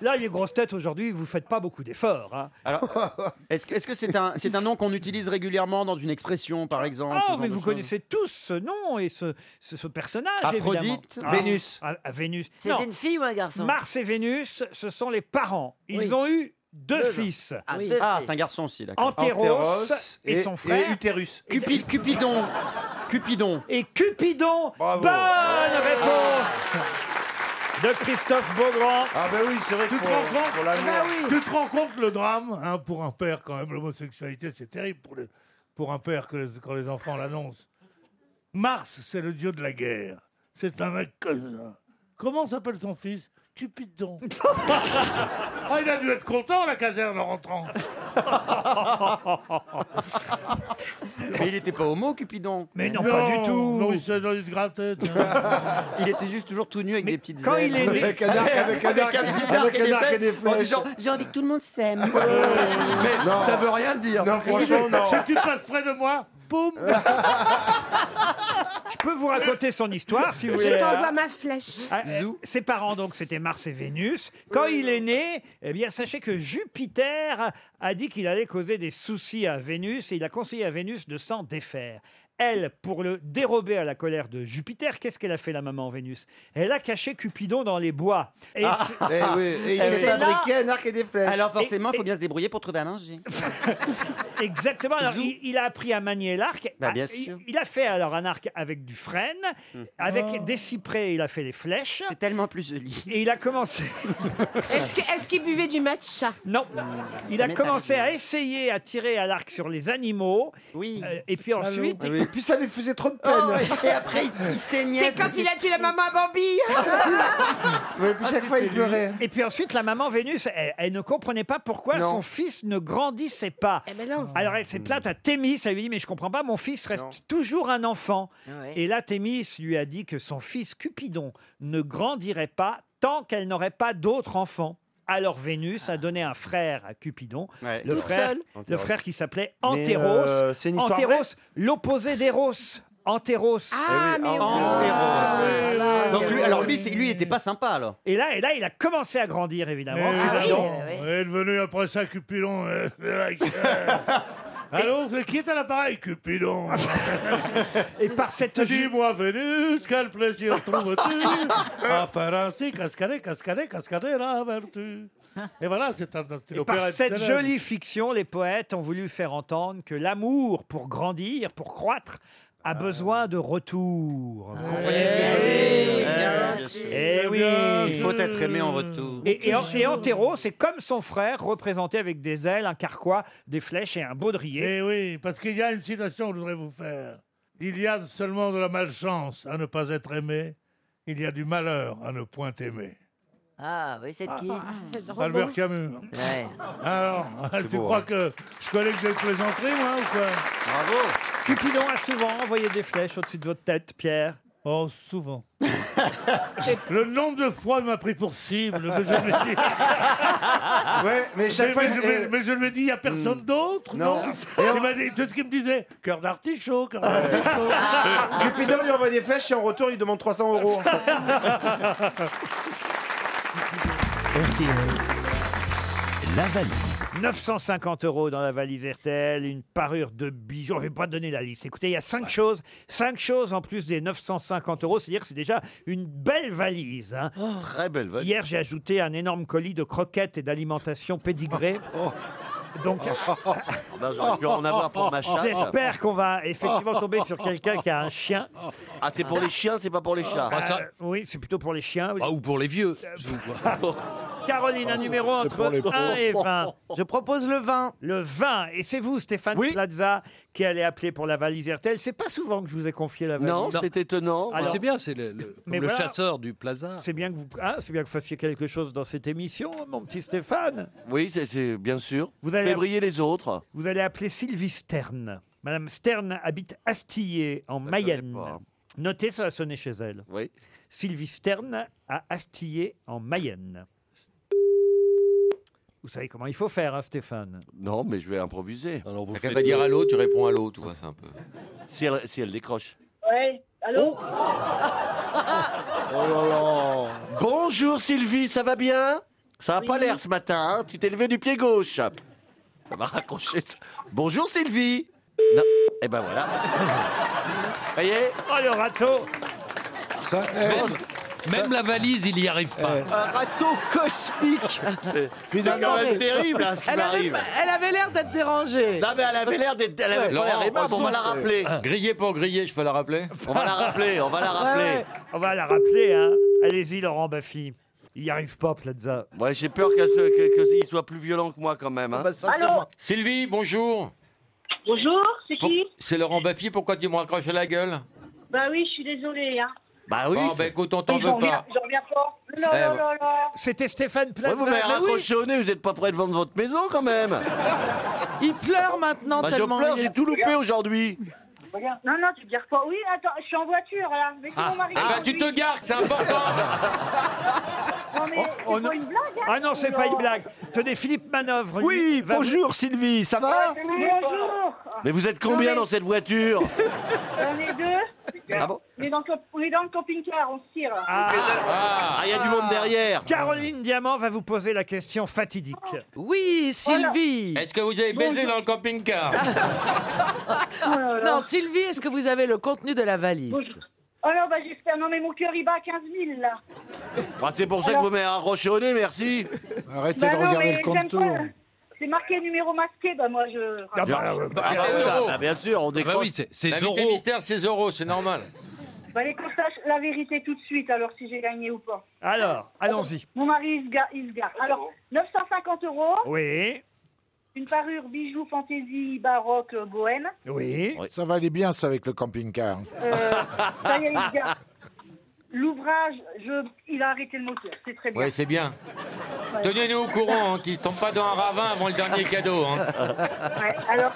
Là, les grosses têtes aujourd'hui, vous faites pas beaucoup d'efforts. hein. Ah, Alors, est-ce que est-ce que c'est un, c'est un nom qu'on utilise régulièrement dans une expression, par exemple Ah, ce genre mais de vous choses connaissez tous ce nom et ce, ce, ce personnage, Aphrodite, évidemment. Vénus. Ah, ah, Vénus. C'est Non. une fille ou un garçon Mars et Vénus, ce sont les parents. Ils Oui. ont eu deux, Deux fils. Ah, oui. Ah, c'est un garçon aussi, d'accord. Antéros et, et- son frère. et Utérus. Cupi- Cupidon. Cupidon. Et Cupidon. Bonne Ah. réponse de Christophe Beaugrand. Ah ben oui, c'est vrai que Tu te, pour, rends compte, Ah Ah, pour bah l'amour. tu te rends compte le drame hein, pour un père quand même l'homosexualité c'est terrible pour, le- pour un père que les- quand les enfants l'annoncent. Mars c'est le dieu de la guerre, c'est un inconnant. Comment s'appelle son fils Cupidon. ah il a dû être content la caserne en rentrant. Mais il n'était pas homo, Cupidon. Mais non, pas du tout. Non, il se, non, il se grattait. tiens. Il était juste toujours tout nu avec des petites quand ailes. il est né- Avec un arc, avec un arc, petit avec un arc et des flèches. En disant, J'ai envie que tout le monde s'aime. Mais Non. ça veut rien dire. Non, franchement, non. Si tu passes près de moi, boum. Je peux vous raconter son histoire si vous voulez. Je t'envoie hein. ma flèche. Ah, euh, Ses parents, donc, c'était Mars et Vénus. Quand il est né, eh bien, sachez que Jupiter a dit qu'il allait causer des soucis à Vénus et il a conseillé à Vénus de s'en défaire. Elle, pour le dérober à la colère de Jupiter, qu'est-ce qu'elle a fait, la maman Vénus Elle a caché Cupidon dans les bois. Et Ah, c'est- eh oui, et il Et s'est c'est fabriqué là- un arc et des flèches. Alors forcément, Et- faut bien se débrouiller pour trouver à manger. Exactement. Alors, Zou. il, il a appris à manier l'arc. Bah, bien Ah, il- sûr. Mm. Il, a fait alors un arc avec du frêne, avec Oh. des cyprès, il a fait les flèches. C'est tellement plus joli. Et il a commencé. Est-ce que- est-ce qu'il buvait du matcha Non. Il a Mais commencé à essayer à tirer à l'arc sur les animaux. Euh, Oui. et puis Ah ensuite. Et puis ça lui faisait trop de peine. Oh, et après, il saignait. C'est quand il a tué la maman à Bambi. chaque fois, il pleurait. Ah, Et puis ensuite, la maman Vénus, elle, elle ne comprenait pas pourquoi Non. son fils ne grandissait pas. Eh ben Oh. Alors, elle s'est plainte à Thémis. Elle lui dit Mais je comprends pas, mon fils reste toujours un enfant. Ouais. Et là, Thémis lui a dit que son fils Cupidon ne grandirait pas tant qu'elle n'aurait pas d'autres enfants. Alors Vénus a donné un frère à Cupidon, Ouais. le, Toute frère, seule. le frère qui s'appelait Mais, Antéros. euh, c'est une histoire Antéros, l'opposé d'Eros. Antéros. Ah, mais Donc lui, alors lui, c'est- lui, il était pas sympa alors. Mm. Et là, et là, il a commencé à grandir, évidemment. Ah bah Évidemment. Eh ben Elle est devenue après ça Cupidon. euh, euh, euh. Allô, c'est- qui est à l'appareil Cupidon Et par cette... Dis-moi, Vénus, quel plaisir trouves-tu à faire ainsi, cascader, cascader, cascader la vertu Et voilà, c'est un c'est Et par l'opéra cette célèbre. jolie fiction, les poètes ont voulu faire entendre que l'amour, pour grandir, pour croître, a besoin de retour. Vous comprenez ce que je veux dire Eh oui. Il faut être aimé en retour. Et, et, en- et Antéro, c'est comme son frère, représenté avec des ailes, un carquois, des flèches et un baudrier. Eh oui, parce qu'il y a une citation que je voudrais vous faire. Il y a seulement de la malchance à ne pas être aimé, il y a du malheur à ne point aimer. Ah, oui, c'est de qui Ah ah, Albert Camus. Ouais. Alors, tu beau, crois hein. que je connais que des plaisanteries, moi, ou quoi Bravo Cupidon a souvent envoyé des flèches au-dessus de votre tête, Pierre. Oh, souvent. Le nombre de fois il m'a pris pour cible que je me dis. Ouais, mais chaque Mais- fois, mais je, eh, me- mais je me dis, il n'y a personne d'autre Non. Non. Et on- Il m'a dit, tout ce qu'il me disait, cœur d'artichaut, cœur d'artichaut. Cupidon lui envoie des flèches et en retour il demande 300 euros. E, La valise. 950 euros dans la valise RTL, une parure de bijoux. Je vais pas donner la liste. Écoutez, il y a cinq choses, cinq choses en plus des 950 euros. C'est-à-dire que c'est déjà une belle valise. hein. Oh. Très belle valise. Oh. Hier, j'ai ajouté un énorme colis de croquettes et d'alimentation pédigrée. Donc, ben, j'aurais pu en avoir pour ma chatte. J'espère qu'on va effectivement tomber sur quelqu'un qui a un chien. Ah, c'est pour les chiens, c'est pas pour les chats. Bah, oui, c'est plutôt pour les chiens. oui. Ah, Euh, ou pour les vieux. Caroline, un numéro Ah, C'est pour entre les pauvres. 1 et 20. Je propose le 20. Le 20. Et c'est vous, Stéphane Plaza, qui allez appeler pour la valise RTL. C'est pas souvent que je vous ai confié la valise. Non, c'est étonnant. Alors- Ah, c'est bien, c'est le, le- comme Mais le voilà. chasseur du plaza. C'est bien que vous, hein, c'est bien que vous fassiez quelque chose dans cette émission, mon petit Stéphane. Oui, c'est- c'est bien sûr. Vous Vous allez- allez briller les autres. Vous allez appeler Sylvie Stern. Madame Stern habite Astillé, en Mayenne. Notez, ça a sonné chez elle. Oui. Sylvie Stern à Astillé, en Mayenne. Vous savez comment il faut faire, hein, Stéphane Non, mais je vais improviser. Qu'elle va dire à l'autre, tu réponds à l'autre, tu vois, c'est un peu. Si elle, si elle décroche. Ouais, allô Oh Bonjour Sylvie, ça va bien Ça n'a pas l'air ce matin, hein tu t'es levé du pied gauche. Ça va raccrocher. ça. Bonjour Sylvie Non, eh ben voilà. Vous voyez Oh le râteau Même la valise, il n'y arrive pas. Un râteau cosmique Eh. Finalement, C'est quand même mais- terrible là, ce qui Elle avait m'arrive. pas- Elle avait l'air d'être dérangée. Non mais elle avait l'air d'être... Elle avait pas l'air aimable, on va la rappeler. Grillé pour Ah. griller, je peux la rappeler On va la rappeler, on va la rappeler. On va la rappeler, hein. Allez-y, Laurent Baffy. Il n'y arrive pas, Plaza. Ouais, j'ai peur qu'il que, qu'il soit plus violent que moi quand même. hein. Allô Sylvie, bonjour. Bonjour, c'est qui C'est Laurent Baffy, pourquoi tu me raccroches la gueule Bah oui, je suis désolée. Hein. Bah oui. Bon, bah écoute, on t'en J'en veut reviens, pas. j'en reviens pas. Non, Eh, non, non, non. C'était Stéphane Ouais, vous m'avez raccroché au nez, vous n'êtes pas prêt de vendre votre maison quand même. Il pleure maintenant Bah, je tellement. pleure, il est- j'ai tout loupé aujourd'hui. Regarde. Non, non, tu me regardes pas. Oui, attends, je suis en voiture, là. Mais c'est Ah, mon mari. ah, qui bah, tu conduit. te gares, C'est important. Non, mais c'est On- on- pas une blague, hein, Ah oh, non, c'est pas une Laurent. blague. Tenez, Philippe Manœuvre. Oui, bonjour Sylvie, ça Ah. va Bonjour. Mais vous êtes combien dans cette voiture On est deux. Ah bon on, est dans le, camp- on est dans le camping-car, on se tire. Ah, il y a du monde derrière. Caroline Diamant va vous poser la question fatidique. Oh, Oui, Sylvie. Est-ce que vous avez baisé dans le camping-car Non, Sylvie, est-ce que vous avez le contenu de la valise Oh non, bah j'espère. Non, mais mon cœur, il bat à 15 000, là. Bah, c'est pour ça que vous m'avez raccroché au nez, merci. Arrêtez Bah non, mais j'aime pas. C'est marqué numéro masqué, bah moi, je... Ah, bah, ah, bah, oui, bah, bah, bien sûr, Ah on décroche. oui, c'est- c'est L'invité Zorro. mystère, c'est Zorro, c'est normal. Bah, les qu'on sache la vérité tout de suite, alors si j'ai gagné ou pas. Alors, allons-y. Mon mari, il se gare. Il se gare. Alors, 950 euros, Oui, une parure bijoux fantaisie baroque euh, bohème. oui. Ça va aller bien, ça, avec le camping-car. Euh, ça y est, il se gare. L'ouvrage, je... il a arrêté le moteur, c'est très bien. Oui, c'est bien. Ouais. Tenez-nous au courant, hein, qu'ils ne tombent pas dans un ravin avant le dernier cadeau. hein. Ouais, alors,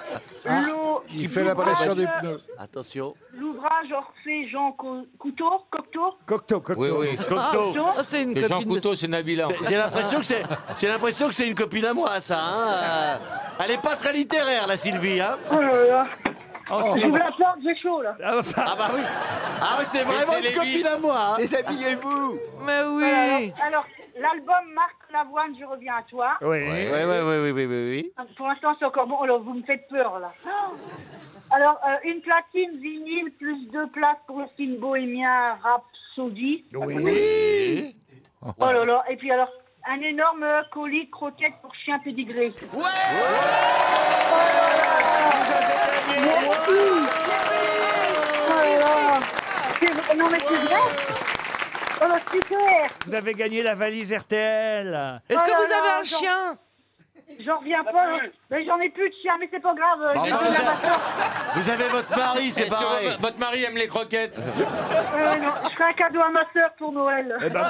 l'eau... l'ouvrage- Attention. L'ouvrage Orphée Jean Co- Couteau, Cocteau. Cocteau, Cocteau. Oui, oui. Cocteau. Ah, ça, c'est une Et Jean copine de- Couteau, c'est Nabila. C'est- J'ai l'impression que c'est, j'ai l'impression que c'est une copine à moi, ça. hein. Euh, Elle est pas très littéraire, la Sylvie. Hein. Oh là là. Ensuite- J'ouvre la porte, j'ai chaud là. Oh, Ah bah oui. Ah ouais, c'est vraiment une copine à moi. hein. Ah, Déshabillez-vous Mais oui Voilà, alors- alors, l'album Marc Lavoine, je reviens à toi. Oui. Oui, oui, oui, oui, oui, oui, oui. Ah, Pour l'instant, c'est encore bon. Oh là, vous me faites peur, là. Alors, euh, une platine vinyle, plus deux places pour le film bohémien Rhapsody. Oui. Oh là là. Et puis alors, un énorme euh, colis de croquettes pour chien pédigré. Oh Ouais, Merci Oh là là. C'est vrai- Non, mais c'est vrai Oh là, super Vous avez gagné la valise RTL. Est-ce que Oh là vous avez là, un j'en- chien J'en reviens pas. Mais j'en ai plus de chien, mais c'est pas grave. euh, Bah, j'ai bah, donné vous la avez- vapeur. Vous avez votre mari, c'est Est-ce que pareil. vo- votre mari aime les croquettes Euh, non, je ferai un cadeau à ma sœur pour Noël. ben,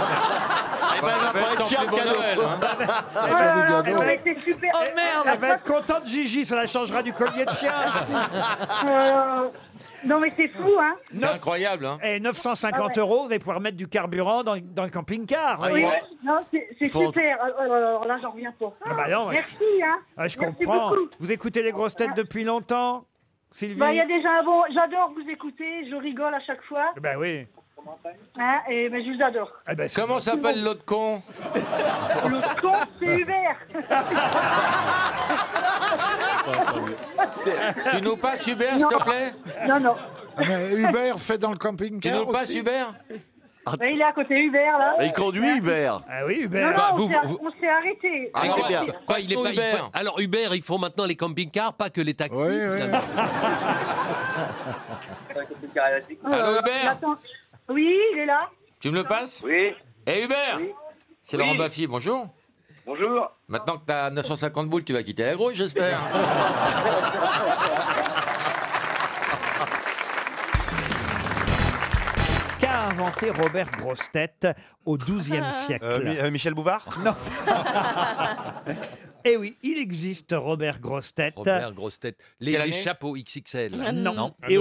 Eh ben, elle va pas être chère cadeau. hein. Eh ben, Oh là là, ouais, c'est super. Oh merde Elle va être contente, Gigi, ça la changera du collier de chien. Euh, non mais c'est fou, hein C'est incroyable. Hein. Et 950 Ah ouais. euros, vous allez pouvoir mettre du carburant dans, dans le camping-car. Ah Oui, voyez. non, c'est c'est Ah, Faut- super. Alors, alors là, j'en reviens pas. Ah bah non, ouais. Merci, hein Ah, je Merci comprends. beaucoup. Vous écoutez les grosses têtes depuis longtemps, Sylvie Bah, il y a déjà un bon... J'adore vous écouter, je rigole à chaque fois. Eh Ben oui. Hein, et ben, je vous adore. Eh ben, c'est Comment bien. s'appelle l'autre con Le con, c'est Hubert Tu nous passes Hubert, s'il te plaît Non, non. Ah, mais Hubert fait dans le Tu camping-car nous passes aussi Hubert Ouais, il est à côté Hubert, là. Mais il conduit Hubert. Ah oui, Non, Bah, Bah, non, on s'est- on s'est arrêté. Ah, On c'est s'est- bien. Quoi, il est pas- il faut- alors Uber, ils font maintenant les camping-cars, pas que les taxis. vous savez. Allô, Euh, Hubert l'attente- Ah, Oui, il est là. Tu me le passes Oui. Eh Hubert C'est Laurent Baffy, bonjour. Bonjour. Maintenant que t'as 950 boules, tu vas quitter la grouille, j'espère. Qu'a inventé Robert Grostet au Ah. XIIe siècle Euh, Mi- euh, Michel Bouvard Non. Eh oui, il existe Robert Grostet. Robert, grosse tête. Les, Quelle les année chapeaux XXL. Ah, Non. utile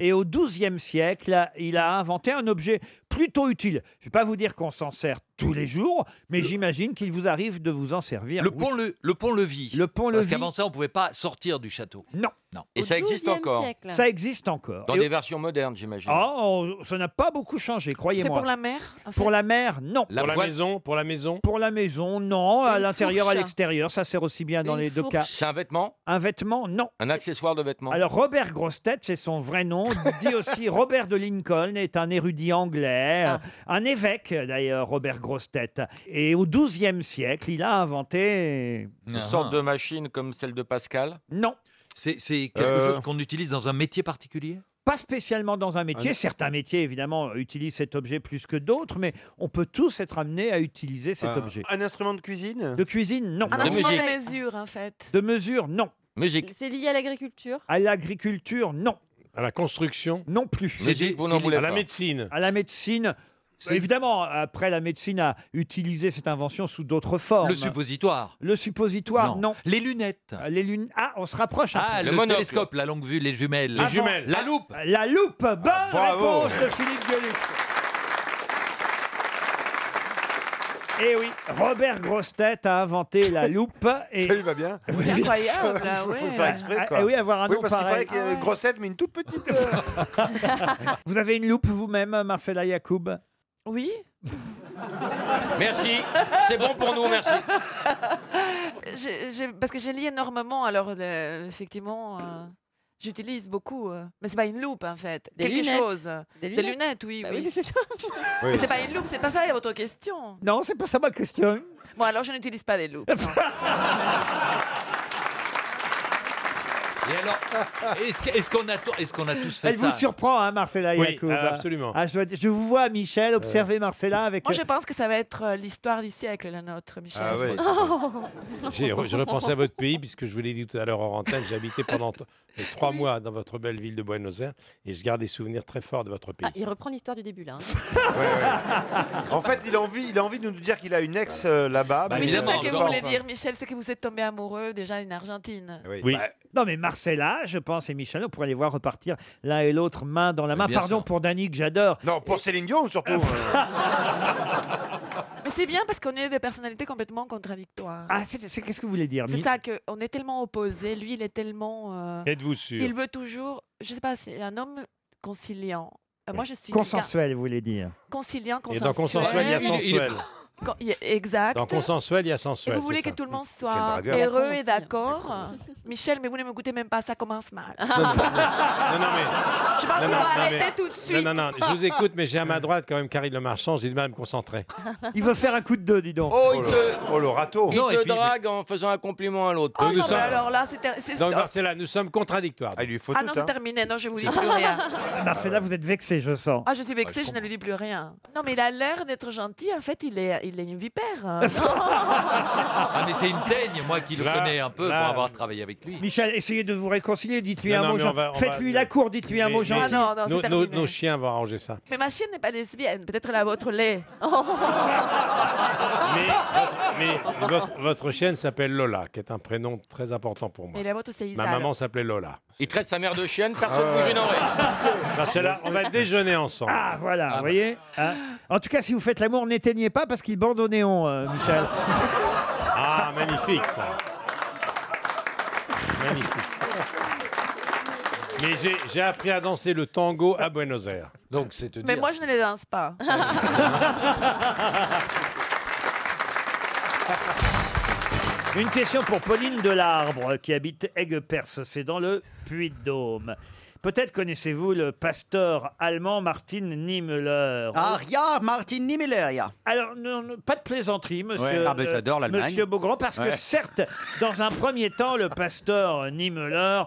Et au XIIe siècle, il a inventé un objet plutôt utile. Je ne vais pas vous dire qu'on s'en sert tous les jours, mais j'imagine qu'il vous arrive de vous en servir. Le oui. pont le, le pont levis. Le pont Parce levis. qu'avant ça, on pouvait pas sortir du château. Non. Non. Et Au ça existe 12e encore siècle. Ça existe encore. Dans Et- des versions modernes, j'imagine. Oh, ça n'a pas beaucoup changé, croyez-moi. C'est pour la mer, en fait Pour la mer, non. La Pour la boîte- maison Pour la maison Pour la maison, non. À Une l'intérieur, à fourche. l'extérieur, ça sert aussi bien dans Une les deux fourche. cas. C'est un vêtement Un vêtement, non. Un accessoire de vêtement Alors Robert Grostet, c'est son vrai nom, dit aussi Robert de Lincoln, est un érudit anglais, un évêque d'ailleurs, Robert Grostet. Et au XIIe siècle, il a inventé... Une Ah sorte de machine comme celle de Pascal Non. C'est c'est quelque Euh. chose qu'on utilise dans un métier particulier Pas spécialement dans un métier. Ah non. Certains métiers, évidemment, utilisent cet objet plus que d'autres, mais on peut tous être amenés à utiliser cet Un- objet. Un instrument de cuisine De cuisine, non. Ah Un instrument de mesure, en fait. De mesure, non. Musique. C'est lié à l'agriculture. À l'agriculture, non. À la construction Non plus. C'est dit, vous n'en voulez À la pas. médecine. À la médecine. Évidemment, après, la médecine a utilisé cette invention sous d'autres formes. Le suppositoire. Le suppositoire, non. Les lunettes. Les lunettes. Ah, on se rapproche un peu. Ah, le, télescope, la longue vue, les jumelles. Avant- La loupe. Ah, La loupe. Bonne bravo. réponse de Philippe Gueluc. Eh oui, Robert Grostet a inventé la loupe. Et... Ça lui va bien. C'est incroyable, là, ouais. Faut le faire exprès, quoi. Eh oui, avoir un Oui, nom parce qu'il pareil. Ah. paraît qu'il y a une grosse tête, mais une toute petite. Vous avez une loupe vous-même, Marcella Yacoub Oui. Merci, c'est bon pour nous, merci. J'ai- j'ai- parce que j'ai lié énormément, alors euh, effectivement, euh, j'utilise beaucoup. euh, mais c'est pas une loupe en fait. Des Quelque lunettes. chose. Des Des lunettes. lunettes, oui. Bah oui. oui, mais c'est Mais c'est pas une loupe, c'est pas ça votre question. Non, c'est pas ça ma question. Bon, alors je n'utilise pas des loupes. non. Et alors, est-ce que- est-ce qu'on a, to- est-ce qu'on a tous fait Elle ça vous surprend, hein, Marcella Oui, Yacoub. euh, absolument. Ah, je, dois dire- je vous vois, Michel, observer Marcella avec. Moi, je pense que ça va être euh, l'histoire du siècle, la nôtre, Michel. Ah ouais, J'ai re- je repensais à votre pays, puisque je vous l'ai dit tout à l'heure en antenne, j'ai habité pendant t- euh, trois mois dans votre belle ville de Buenos Aires et je garde des souvenirs très forts de votre pays. Ah, il reprend l'histoire du début là. hein. En fait, il a envie, il a envie de nous dire qu'il a une ex euh, là-bas. Mais c'est ça que vous Enfin, voulez dire, Michel, c'est que vous êtes tombé amoureux déjà en Argentine. Oui. Bah, Non, mais Marcella, je pense, et Michel, on pourrait les voir repartir l'un et l'autre main dans la main. bien Pardon sûr. pour Dany, que j'adore. Ah, Non, pour Céline Dion surtout. euh, Bah. Mais c'est bien parce qu'on est des personnalités complètement contradictoires. Ah, c'est c'est- qu'est-ce que vous voulez dire C'est Mi- ça que on est tellement opposés. Lui, il est tellement. euh, Êtes-vous sûr Il veut toujours. Je sais pas. C'est un homme conciliant. Euh, Moi, je suis quelqu'un- Consensuel, vous voulez dire. Conciliant, Et consensuel. dans consensuel, il y a sensuel. Quand- il y a- Exact. Dans consensuel, il y a Et sensuel. vous c'est voulez que ça. tout le monde soit dragueur. heureux et d'accord Michel, mais vous ne m'écoutez même pas, ça commence mal. Bah, Non, non, mais. Je pense Non, qu'on va non, non, arrêter mais- tout de suite. Non, non, non, je vous écoute, mais j'ai à ma droite quand même Karine Le Marchand, j'ai du mal à me concentrer. Oh Il veut faire un coup de deux, dis donc. Oh, il te... le râteau. Il te drague en faisant un compliment à l'autre. Oh non, mais alors là, c'est ter- c'est Donc stop. Marcella, nous sommes contradictoires. il lui faut hein. Ah non, c'est terminé, non, je vous dis plus rien. Marcella, vous êtes vexée, je sens. Ah, je suis vexée, je, ne lui dis plus rien. Non, mais il a l'air d'être gentil. En fait, il est, il est une vipère. hein. Ah, mais c'est une teigne, moi qui le connais un peu pour avoir travaillé avec lui. Michel, essayez de vous réconcilier, dites-lui Non, un non, mot mais on gentil. va- on va- Faites-lui la cour, dites-lui un Mais- mot mais- gentil. Ah non, non, c'est nos, nos- terminé. nos chiens vont arranger ça. mais ma chienne n'est pas lesbienne. Peut-être la vôtre l'est. Mais, votre, mais votre- votre chienne s'appelle Lola, qui est un prénom très important pour moi. Mais la vôtre, c'est Ma Isal. maman s'appelait Lola. Il traite sa mère de chienne, personne Ah ne ouais. bouge une oreille. Marcella, on va déjeuner ensemble. bah. Ah, voilà, vous voyez hein. En tout cas, si vous faites l'amour, n'éteignez pas parce qu'il bande au néon, euh, Michel. Ah, magnifique ça. Magnifique. Mais j'ai- j'ai appris à danser le tango à Buenos Aires. Donc c'est Mais moi, je ne les danse pas. Une question pour Pauline Delarbre, qui habite Aigues-Perse, c'est dans le Puy-de-Dôme. Peut-être connaissez-vous le pasteur allemand Martin Niemöller. Ah, ja, Martin Niemöller, ja. Alors, non, non, pas de plaisanterie, monsieur. Ouais, ah ben, euh, j'adore l'Allemagne. Monsieur Beaugrand, parce que Ouais. certes, dans un premier temps, le pasteur Niemöller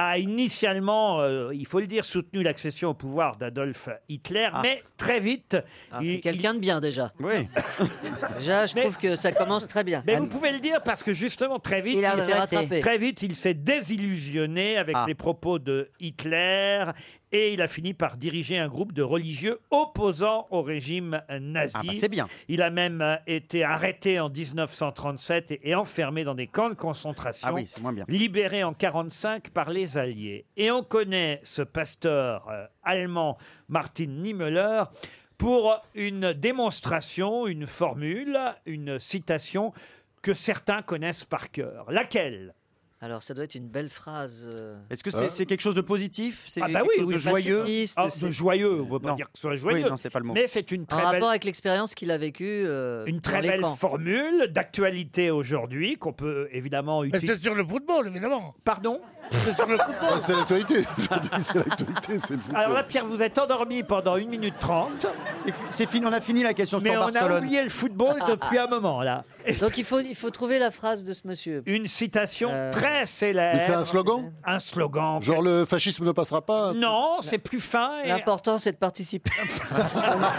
a initialement, euh, il faut le dire, soutenu l'accession au pouvoir d'Adolf Hitler, Ah. mais très vite. Ah, il... Quelqu'un de bien déjà. Oui. Déjà, je trouve que ça commence très bien. Mais vous pouvez le dire parce que justement très vite, Il a regretté. rattrapé. très vite, il s'est désillusionné avec Ah. les propos de Hitler et il a fini par diriger un groupe de religieux opposants au régime nazi. Ah bah, c'est bien. Il a même euh, été arrêté en 1937 et, et enfermé dans des camps de concentration. Ah oui, c'est moins bien. Libéré en 1945 par les Alliés. Et on connaît ce pasteur euh, allemand Martin Niemöller pour une démonstration, une formule, une citation que certains connaissent par cœur. Laquelle Alors, ça doit être une belle phrase. euh, Est-ce que c'est- c'est quelque chose de positif C'est Ah bah quelque oui, chose oui, de joyeux Ah, de joyeux, on ne peut pas Non. dire que ce soit joyeux. Oui, non, c'est pas le mot. Mais c'est une très en belle rapport avec l'expérience qu'il a vécue. euh, Une dans très les belle camps. formule d'actualité aujourd'hui qu'on peut évidemment Mais utiliser. C'est sur le football, évidemment. Pardon C'est sur le Ah, football. C'est l'actualité. Alors là, Pierre, vous êtes endormi pendant 1 minute 30. C'est fini, on a fini la question Mais sur on a Barcelone. oublié le football depuis un moment, là. Donc, il faut, il faut trouver la phrase de ce monsieur. Euh. Une citation très célèbre. Mais c'est un slogan Euh, Un slogan. Genre le fascisme ne passera Oh, pas Non, c'est plus fin. Et... L'important, c'est de participer.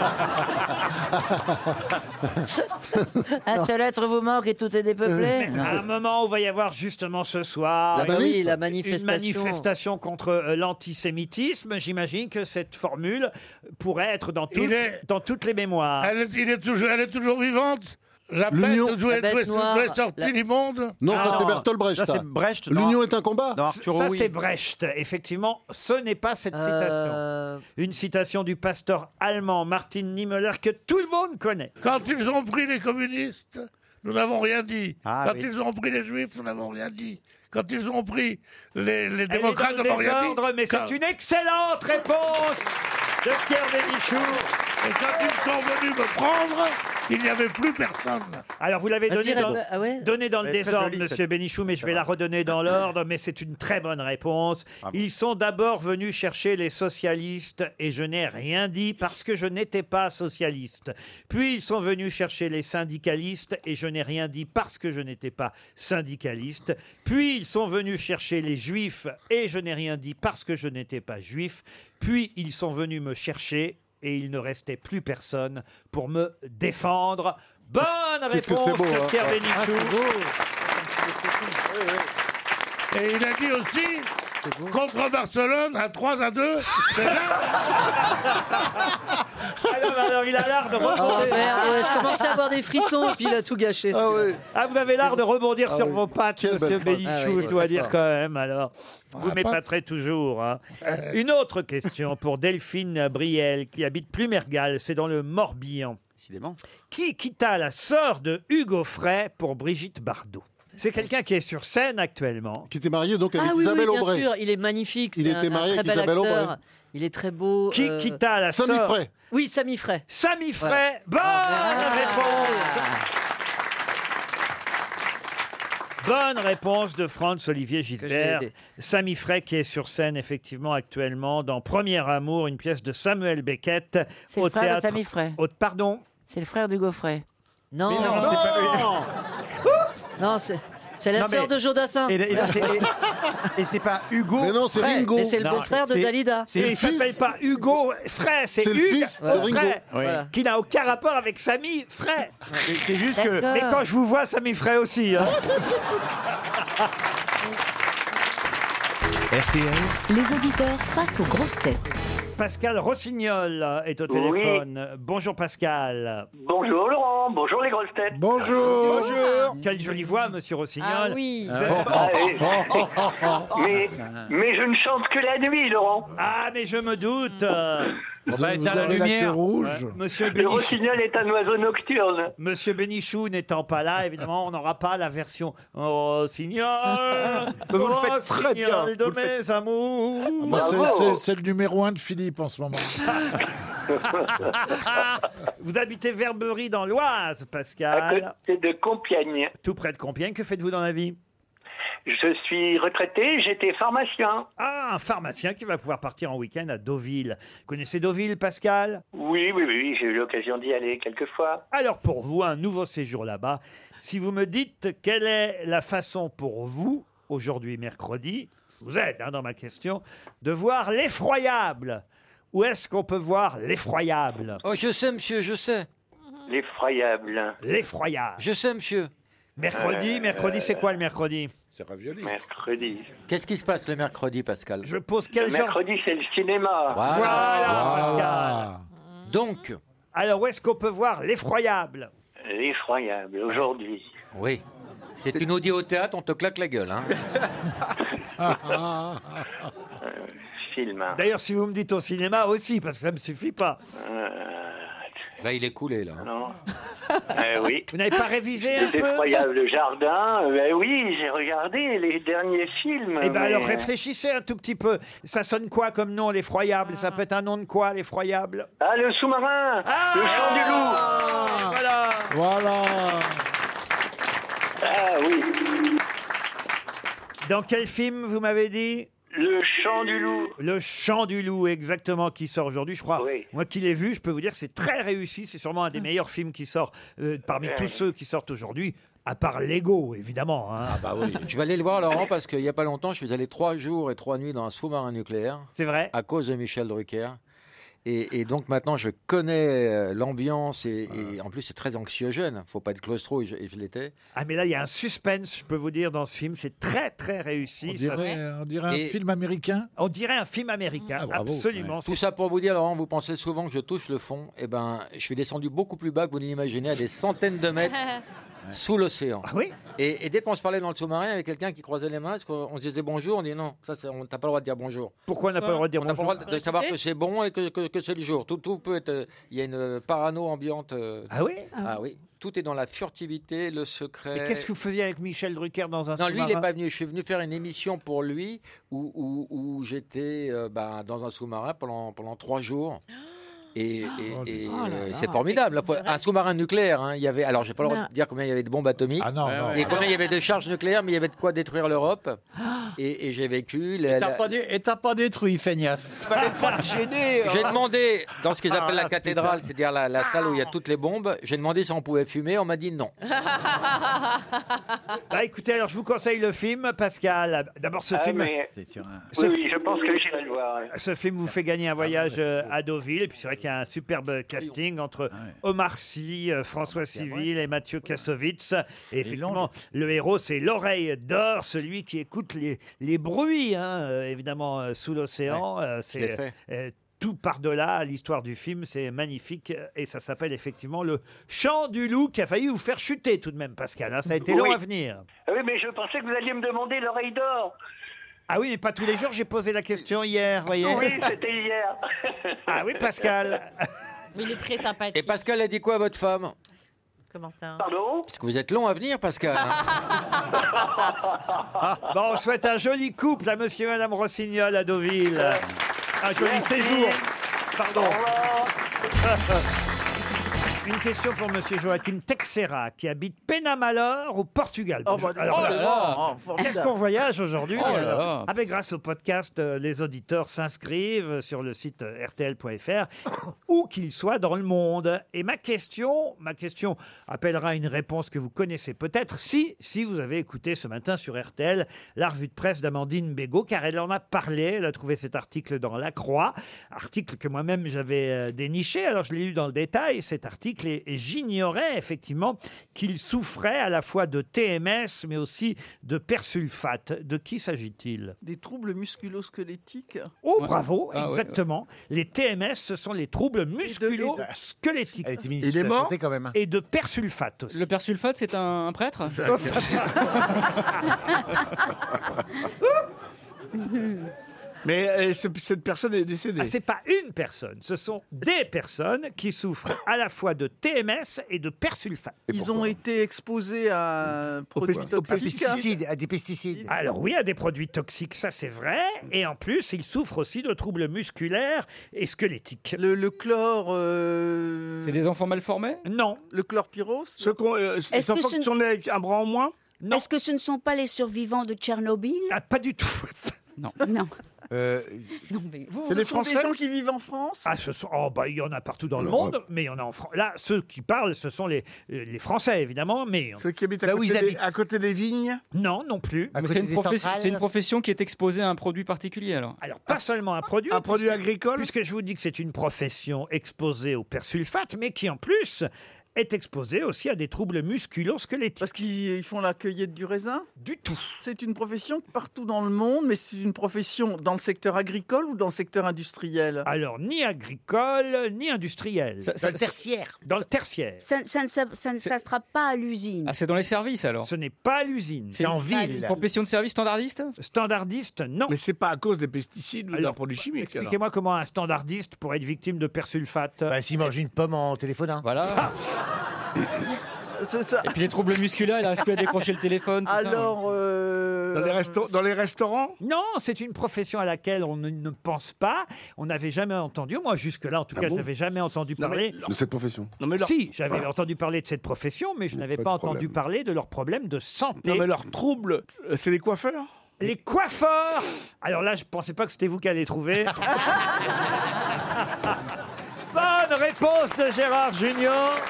Un seul être vous manque et tout est dépeuplé Euh, Mais Ah, À un moment où va y avoir justement ce soir La une- manif. Oui, la une manifestation. manifestation contre euh, l'antisémitisme, j'imagine que cette formule pourrait être dans, toutes- Il est- dans toutes les mémoires. Elle est, il est toujours, elle est toujours vivante. La bête L'Union- d'où La elle bête doit- noire, doit sortir la- du monde. Ah. Non, ça c'est Bertolt Brecht. ça, c'est ça. Brecht, non. L'union est un combat ça, c'est Brecht. Effectivement, ce n'est pas cette citation. Une citation du pasteur allemand Martin Niemöller que tout le monde connaît. Quand ils ont pris les communistes, nous n'avons rien dit. Ah, Quand oui. ils ont pris les juifs, nous n'avons rien dit. Quand ils ont pris les, les Elle est démocrates, dans nous le n'avons rien dit. désordre, mais Quand- c'est une excellente réponse de Pierre Bénichou. Et quand ils sont venus me prendre, il n'y avait plus personne. Alors, vous l'avez Vas-y, donné, Raymond. dans, Ah ouais donné dans le Elle est très désordre, jolie, monsieur cette- Bénichou, mais je vais la redonner dans l'ordre, mais c'est une très bonne réponse. Ils sont d'abord venus chercher les socialistes et je n'ai rien dit parce que je n'étais pas socialiste. Puis ils sont venus chercher les syndicalistes et je n'ai rien dit parce que je n'étais pas syndicaliste. Puis ils sont venus chercher les juifs et je n'ai rien dit parce que je n'étais pas juif. Puis ils sont venus me chercher et il ne restait plus personne pour me défendre. Bonne Qu'est-ce que réponse c'est beau, de hein. Pierre Ah, Bénichou. c'est Et il a dit aussi, contre Barcelone, à 3 à 2, c'est alors, alors, il a l'art de Oh rebondir. merde, ouais, je commençais à avoir des frissons et puis il a tout gâché. Ah oui. Ah, vous avez l'art de rebondir Ah sur oui. vos pattes, Quelle monsieur belle phrase. Bénichou, Ah oui, je très dois dire fort. quand même. Alors, vous Ah, m'épaterez toujours. hein. Une autre question pour Delphine Briel, qui habite Plumergal, c'est dans le Morbihan. Décidément. Qui quitta la sœur de Hugo Frey pour Brigitte Bardot C'est quelqu'un qui est sur scène actuellement. Qui était marié donc avec Ah oui, oui, Isabelle bien Aubray. sûr, il est magnifique. Il c'est un- était un marié très avec bel Isabelle acteur. Aubray. Il est très beau. Qui quitta la Sami sœur Frey. Oui, Sami Frey. Sami Frey, Voilà. bonne Ah, réponse Bonne réponse de Franz Olivier Gisbert. Que j'ai aidé. Sami Frey qui est sur scène effectivement actuellement dans Premier Amour, une pièce de Samuel Beckett C'est le frère de Sami Frey. au- pardon C'est le frère du Gaufret. Non, Mais non, non, c'est pas lui. Non, c'est c'est la Non, mais- sœur de Jodassin. Et, et- et- et c'est pas Hugo. Mais non, c'est Frey. Ringo. Mais c'est le beau-frère de c'est- Dalida. c'est Et le il s'appelle fils. pas Hugo Frey, c'est C'est le Hugues fils de Ringo. Frey, Oui. Voilà. qui n'a aucun rapport avec Sami Frey. C'est juste que- Mais quand je vous vois, Sami Frey aussi. hein. Les auditeurs face aux grosses têtes. Pascal Rossignol est au Oui. téléphone. Bonjour Pascal. Bonjour Laurent, bonjour les grosses têtes. Bonjour. Quelle jolie voix, monsieur Rossignol. Ah oui. Vous êtes- Ah oui. ah. mais, mais je ne chante que la nuit, Laurent. Ah, mais je me doute. On va Vous éteindre la aurez la lumière. queue rouge. Monsieur Le Bénichou, rossignol est un oiseau nocturne. Monsieur Bénichou n'étant pas là, évidemment, on n'aura pas la version Rossignol. Mais vous le faites très bien. Rossignol de Vous le mes faites- Ah, amours. bah, Moi, c'est- c'est- c'est le numéro un de Philippe en ce moment. Vous habitez Verberie dans l'Oise, À Pascal, côté de Compiègne. tout près de Compiègne. Que faites-vous dans la vie Je suis retraité, j'étais pharmacien. Ah, un pharmacien qui va pouvoir partir en week-end à Deauville. Vous connaissez Deauville, Pascal Oui, oui, oui, j'ai eu l'occasion d'y aller quelquefois. Alors pour vous, un nouveau séjour là-bas. Si vous me dites quelle est la façon pour vous, aujourd'hui mercredi, je vous aide hein, dans ma question, de voir l'effroyable. Où est-ce qu'on peut voir l'effroyable Oh, je sais, monsieur, je sais. L'effroyable. L'effroyable. Je sais, monsieur. Mercredi, Euh, mercredi, c'est quoi le mercredi C'est ravioli. Mercredi. Qu'est-ce qui se passe le mercredi, Pascal Je pose Le quel genre mercredi, c'est le cinéma. Voilà. Voilà, Donc, Alors où est-ce qu'on peut voir l'effroyable L'effroyable, aujourd'hui. oui. C'est une audio au théâtre, on te claque la gueule. Hein. Euh, film. D'ailleurs, si vous me dites au cinéma aussi, parce que ça ne me suffit pas. Euh, Là, il est coulé, là. non. Euh, oui. Vous n'avez pas révisé un Les peu effroyables jardins. euh, Ben oui, j'ai regardé les derniers films. Eh bien, mais- euh, alors réfléchissez un tout petit peu. Ça sonne quoi comme nom, l'effroyable Ça peut être un nom de quoi, l'effroyable Ah, le sous-marin Le chant du loup Ah! Voilà Voilà. Ah oui, Dans quel film, vous m'avez dit le chant du loup. Le chant du loup, exactement, qui sort aujourd'hui, je crois. Oui. Moi qui l'ai vu, je peux vous dire, c'est très réussi. C'est sûrement un des meilleurs films qui sort euh, parmi Ouais. tous ceux qui sortent aujourd'hui, à part Lego, évidemment. hein. Je vais aller le voir, Laurent, parce qu'il n'y a pas longtemps, je suis allé trois jours et trois nuits dans un sous-marin nucléaire. C'est vrai. À cause de Michel Drucker. Et, et donc maintenant, je connais euh, l'ambiance et, et en plus, c'est très anxiogène. Faut pas être claustro, et je, et je l'étais. Ah, mais là, il y a un suspense, je peux vous dire, dans ce film. C'est très, très réussi. On Ça- dirait, euh, on dirait Et- un film américain. Ah, on dirait un film américain, bravo, absolument. Tout ça pour vous dire, Laurent, vous pensez souvent que je touche le fond. Eh ben, je suis descendu beaucoup plus bas que vous ne l'imaginez, à des centaines de mètres sous l'océan. Ah oui et, et dès qu'on se parlait dans le sous-marin avec quelqu'un qui croisait les mains, est-ce qu'on- on se disait bonjour, on dit non, ça, c'est- on n'a pas le droit de dire bonjour. Pourquoi on n'a pas le droit de dire On n'a pas le bonjour droit de savoir que c'est bon et que, que- que c'est le jour. Tout, tout peut être. Il y a une parano ambiante. euh, Ah oui Ah oui. Tout est dans la furtivité, le secret. Mais qu'est-ce que vous faisiez avec Michel Drucker dans un Euh, Non, lui, il n'est sous-marin pas venu. Je suis venu faire une émission pour lui où, où- où j'étais euh, bah, dans un sous-marin pendant, pendant trois jours. Et, et- et, euh, c'est formidable. là, faut- un sous-marin nucléaire. hein, il y avait, alors, j'ai pas le droit de dire combien il y avait de bombes atomiques. Ah non. Et combien il y avait de charges nucléaires, mais il y avait de quoi détruire l'Europe. Et, et j'ai vécu. la- la- Et t'as pas détruit, feignasse. Fallait pas te gêner. j'ai demandé, dans ce qu'ils appellent Ah, la cathédrale, c'est-à-dire la, la salle où il y a toutes les bombes, j'ai demandé si on pouvait fumer, on m'a dit non. Bah écoutez, alors je vous conseille le film, Pascal. D'abord, ce Ah, film. mais- Ce Oui, f- oui, je pense que j'irai le voir. Ce film vous fait gagner un voyage euh, à Deauville. Et puis c'est vrai qu'il y a un superbe casting entre Omar Sy, euh, François Civil et Mathieu Kassovitz. Et effectivement, le héros, c'est l'oreille d'or, celui qui écoute les, les bruits, hein, euh, évidemment, euh, sous l'océan. Euh, l'ai c'est fait. euh, tout par-delà l'histoire du film. C'est magnifique. euh, Et ça s'appelle effectivement Le Chant du loup qui a failli vous faire chuter tout de même, Pascal. hein. Ça a été long Oui. à venir. Ah Oui, mais je pensais que vous alliez me demander l'oreille d'or. Ah oui, mais pas tous les jours. J'ai posé la question hier, voyez. Oui, c'était hier. Ah oui, Pascal. Mais il est très sympathique. Et Pascal a dit quoi à votre femme Comment ça hein. Pardon Parce que vous êtes long à venir, Pascal. hein. Bon, on souhaite un joli couple à monsieur et madame Rossignol à Deauville. Un joli Merci. séjour. Pardon. Au revoir. Une question pour monsieur Joachim Texera qui habite Penamalor au Portugal. Bonjour. bah, Alors oh là là, là, oh, formidable. Qu'est-ce qu'on voyage aujourd'hui Oh là alors là. Ah ben, grâce au podcast, euh, les auditeurs s'inscrivent sur le site euh, rtl.fr où qu'ils soient dans le monde. Et ma question, ma question appellera une réponse que vous connaissez peut-être si, si vous avez écouté ce matin sur RTL la revue de presse d'Amandine Bégaud, car elle en a parlé. Elle a trouvé cet article dans La Croix, article que moi-même j'avais euh, déniché. Alors je l'ai lu dans le détail, cet article, et, et j'ignorais effectivement qu'il souffrait à la fois de TMS, mais aussi de persulfate. De qui s'agit-il Des troubles musculo-squelettiques. Oh, bravo, Ah ouais, exactement. Les TMS, ce sont les troubles musculo-squelettiques. Il est mort quand même. Et de persulfate aussi. Le persulfate, c'est un, un prêtre Mais euh, cette personne est décédée. Ah, c'est pas une personne, ce sont des personnes qui souffrent à la fois de TMS et Mmh. de persulfate. Ils ont été exposés à produits toxiques. à des pesticides. Alors oui, à des produits toxiques, ça c'est vrai. Et en plus, ils souffrent aussi de troubles musculaires et squelettiques. Le, le chlore. euh, C'est des enfants mal formés Non. Le chlorpyrose euh, Est-ce que c'est un bras en moins Est-ce que ce ne sont pas les survivants de Tchernobyl Pas du tout. Non. Non. Vous, C'est ce les sont des Français gens qui vivent en France Ah, ce sont. Oh, bah, il y en a partout dans le monde, mais il y en a en France. Là, ceux qui parlent, ce sont les, euh, les Français, évidemment, mais. Ceux qui habitent à Là où côté ils des- Ah. habitent. à côté des vignes Non, non plus. Mais C'est une, professe- c'est une profession qui est exposée à un produit particulier alors. Ah. Alors, pas seulement un produit. Un produit agricole Puisque je vous dis que c'est une profession exposée au persulfate, mais qui en plus est exposée aussi à des troubles musculo-squelettiques. Parce qu'ils ils font la cueillette du raisin Du tout. C'est une profession partout dans le monde, mais c'est une profession dans le secteur agricole ou dans le secteur industriel Alors, ni agricole, ni industriel. Ça- ça- Dans le ça- tertiaire. Dans le tertiaire. Ça, ça ne s'ab- ça ne s'attrape pas à l'usine. Ah, c'est dans les services alors Ce n'est pas à l'usine. C'est en ville. Une profession de service standardiste Standardiste, non. Mais c'est pas à cause des pesticides ou d'un produit chimique. Expliquez-moi comment un standardiste pourrait être victime de persulfate. Bah, s'il mange une pomme en téléphonant. Voilà. C'est ça. Et puis les troubles musculaires, il n'arrive plus à décrocher le téléphone. tout ça. hein. Alors, euh, dans les restaurants Non, c'est une profession à laquelle on ne, ne pense pas. On n'avait jamais entendu, moi jusque-là en tout Ah cas, bon je n'avais jamais entendu Non, mais- parler. De cette profession. Non, mais leur- Si, j'avais entendu parler de cette profession, mais je n'avais pas, pas de entendu problème. parler de leurs problèmes de santé. Non, mais leurs troubles, euh, c'est les coiffeurs Les coiffeurs Alors là, je pensais pas que c'était vous qui allez trouver. Bonne réponse de Gérard Junior.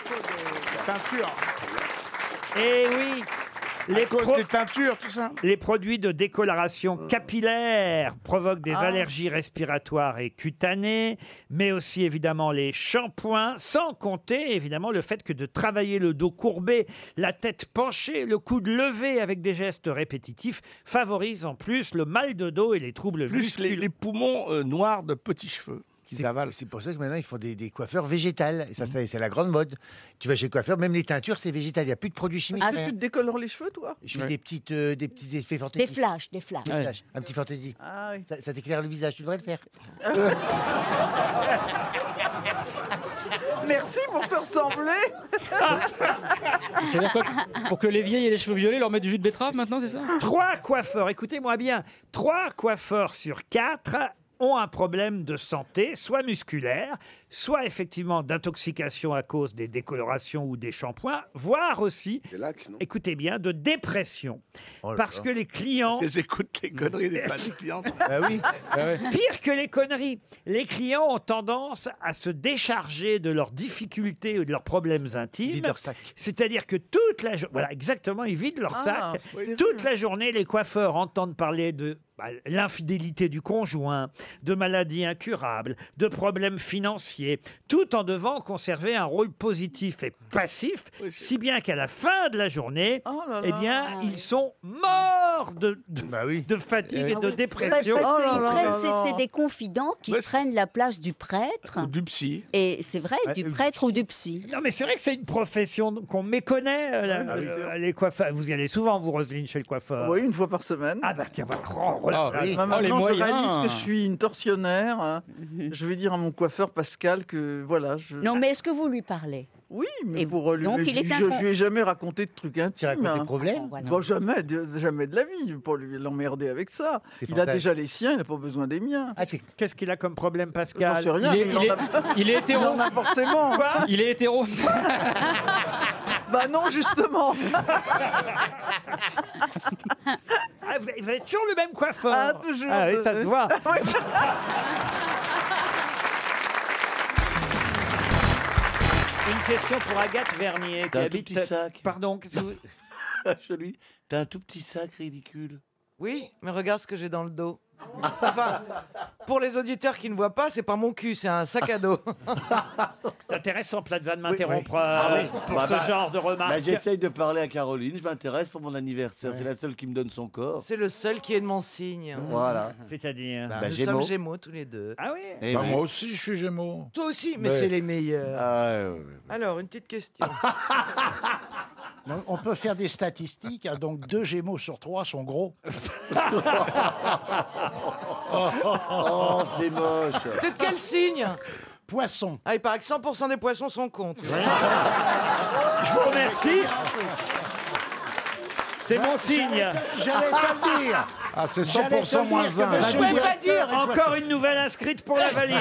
Teinture. Eh oui les teintures, tout ça. Les produits de décoloration capillaire provoquent Ah. des allergies respiratoires et cutanées, mais aussi évidemment les shampoings, sans compter évidemment le fait que de travailler le dos courbé, la tête penchée, le coude levé avec des gestes répétitifs favorise en plus le mal de dos et les troubles Plus les- musculaires. les poumons euh, noirs de petits cheveux. C'est c'est pour ça que maintenant ils font des, des coiffeurs végétales. Et ça, Mmh. c'est- c'est la grande mode. Tu vas chez le coiffeur, même les teintures, c'est végétal. Il n'y a plus de produits chimiques. Est-ce que ah, tu te décolores les cheveux, toi Je fais des, petites, euh, des petits effets Des fantaisies. flashs, des flashs. Des flashs. Un petit fantaisie. Ah Ça, ça t'éclaire le visage, tu devrais le faire. Merci pour te ressembler. C'est-à-dire quoi que- Pour que les vieilles aient les cheveux violets, leur mettre du jus de betterave maintenant, c'est ça Trois coiffeurs, écoutez-moi bien, trois coiffeurs sur quatre ont un problème de santé, soit musculaire, soit effectivement d'intoxication à cause des décolorations ou des shampoings, voire aussi, écoutez bien, de dépression. Oh là parce là. que les clients... Ils écoutent les conneries des clients. Ah oui. Pire que les conneries, les clients ont tendance à se décharger de leurs difficultés ou de leurs problèmes intimes. C'est-à-dire que toute la journée, voilà exactement, ils vident leur Ah, sac. Toute la journée, les coiffeurs entendent parler de bah, l'infidélité du conjoint, de maladies incurables, de problèmes financiers, tout en devant conserver un rôle positif et passif, si bien qu'à la fin de la journée, là eh bien, là. ils sont morts de, de- de fatigue Ah et de Eh Parce dépression. Oh qu'ils prennent, c'est c'est des confidents qui prennent la place du prêtre. Du psy. Et c'est vrai, Ouais, du euh, prêtre ou du psy. Non, mais c'est vrai que c'est une profession qu'on méconnaît, euh, la- bien euh, sûr. les coiffeurs. Vous y allez souvent, vous, Roselyne, chez le coiffeur Oui, une fois par semaine. Ah bah tiens, voilà. Oh, oh Ah, là là. Moi, maintenant, je réalise que je suis une torsionnaire. hein. Je vais dire à mon coiffeur Pascal que voilà, je. Non, mais est-ce que vous lui parlez Oui, mais pour lui, donc mais il est je, un je con- lui ai jamais raconté de trucs intimes. racontes des hein. problèmes Ah, voilà. Bon, jamais, de, jamais de la vie. Pour lui l'emmerder avec ça. C'est Il a fantasme. déjà les siens, il n'a pas besoin des miens. Ah, Qu'est-ce qu'il a comme problème, Pascal J'en sais rien. mais en a- il est hétéro. Il en a forcément. Quoi Il est hétéro. Bah non, justement. Ah, vous, vous êtes toujours le même coiffeur. Ah, toujours. Ah oui, ça se voit. Une question pour Agathe Vernier qui T'as un tout habite. petit sac. Pardon, qu'est-ce que vous- Je lui dis, T'as un tout petit sac ridicule. Oui, mais regarde ce que j'ai dans le dos. Enfin, pour les auditeurs qui ne voient pas, c'est pas mon cul, c'est un sac à dos. C'est intéressant, Plaza, de m'interrompre Ah euh, oui. pour Bah, ce bah, genre de remarques. bah, J'essaye de parler à Caroline, je m'intéresse pour mon anniversaire. C'est la seule qui me donne son corps. C'est le seul qui est de mon signe. Mmh. Voilà. C'est-à-dire Bah, Nous Gémeaux. sommes gémeaux tous les deux. Ah oui Eh oui. Moi aussi, je suis Gémeaux. Toi aussi, mais Ouais. c'est les meilleurs. Ah, ouais, ouais. Alors, une petite question. Ah, Non, On peut faire des statistiques. hein, donc, deux Gémeaux sur trois sont gros. oh, c'est moche. T'es de quel signe Poisson. Ah, il paraît que 100% des poissons sont cons. tu vois. Je vous remercie. C'est mon signe. J'allais pas le dire. Ah, c'est J'allais te 100% dire moins que 1. monsieur Vous pouvez pas Encore une nouvelle inscrite pour la valise.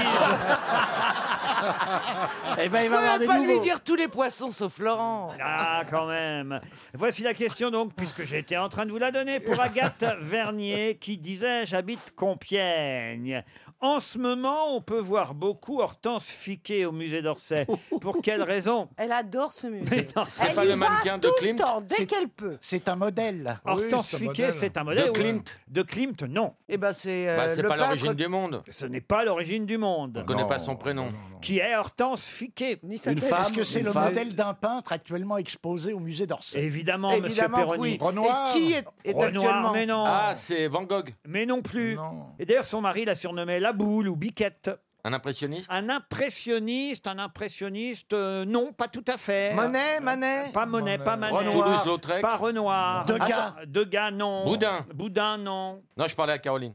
Eh ben, Je peux même pas lui dire tous les poissons sauf Laurent. Ah, quand même. Voici la question donc, puisque j'étais en train de vous la donner pour Agathe Vernier qui disait J'habite Compiègne. En ce moment, on peut voir beaucoup Hortense Fiquet au musée d'Orsay. Pour quelle raison Elle adore ce musée. Mais non, c'est Elle pas y le va mannequin de tout Klimt. le temps, dès C'est- qu'elle peut. C'est un modèle. Hortense Fiquet, c'est un modèle. De oui. Klimt. De Klimt, non. Eh ben, c'est Bah, c'est pas l'origine du monde. Ce n'est pas l'origine du monde. On connaît pas son prénom. Qui est Hortense Fiquet Est-ce que c'est le modèle d'un peintre actuellement exposé au musée d'Orsay Évidemment, monsieur Perroni. Renoir. Renoir, mais non. Ah, c'est Van Gogh, Mais non plus. Et d'ailleurs, son mari la surnommait La Boule ou Biquette. un impressionniste. Un impressionniste, un impressionniste, euh, non, pas tout à fait. Euh, Monet, Manet. Pas Monet, pas Manet. Renoir. Toulouse-Lautrec. Pas Renoir. Degas. Attends, Degas, non. Boudin. Boudin, non. Non, je parlais à Caroline.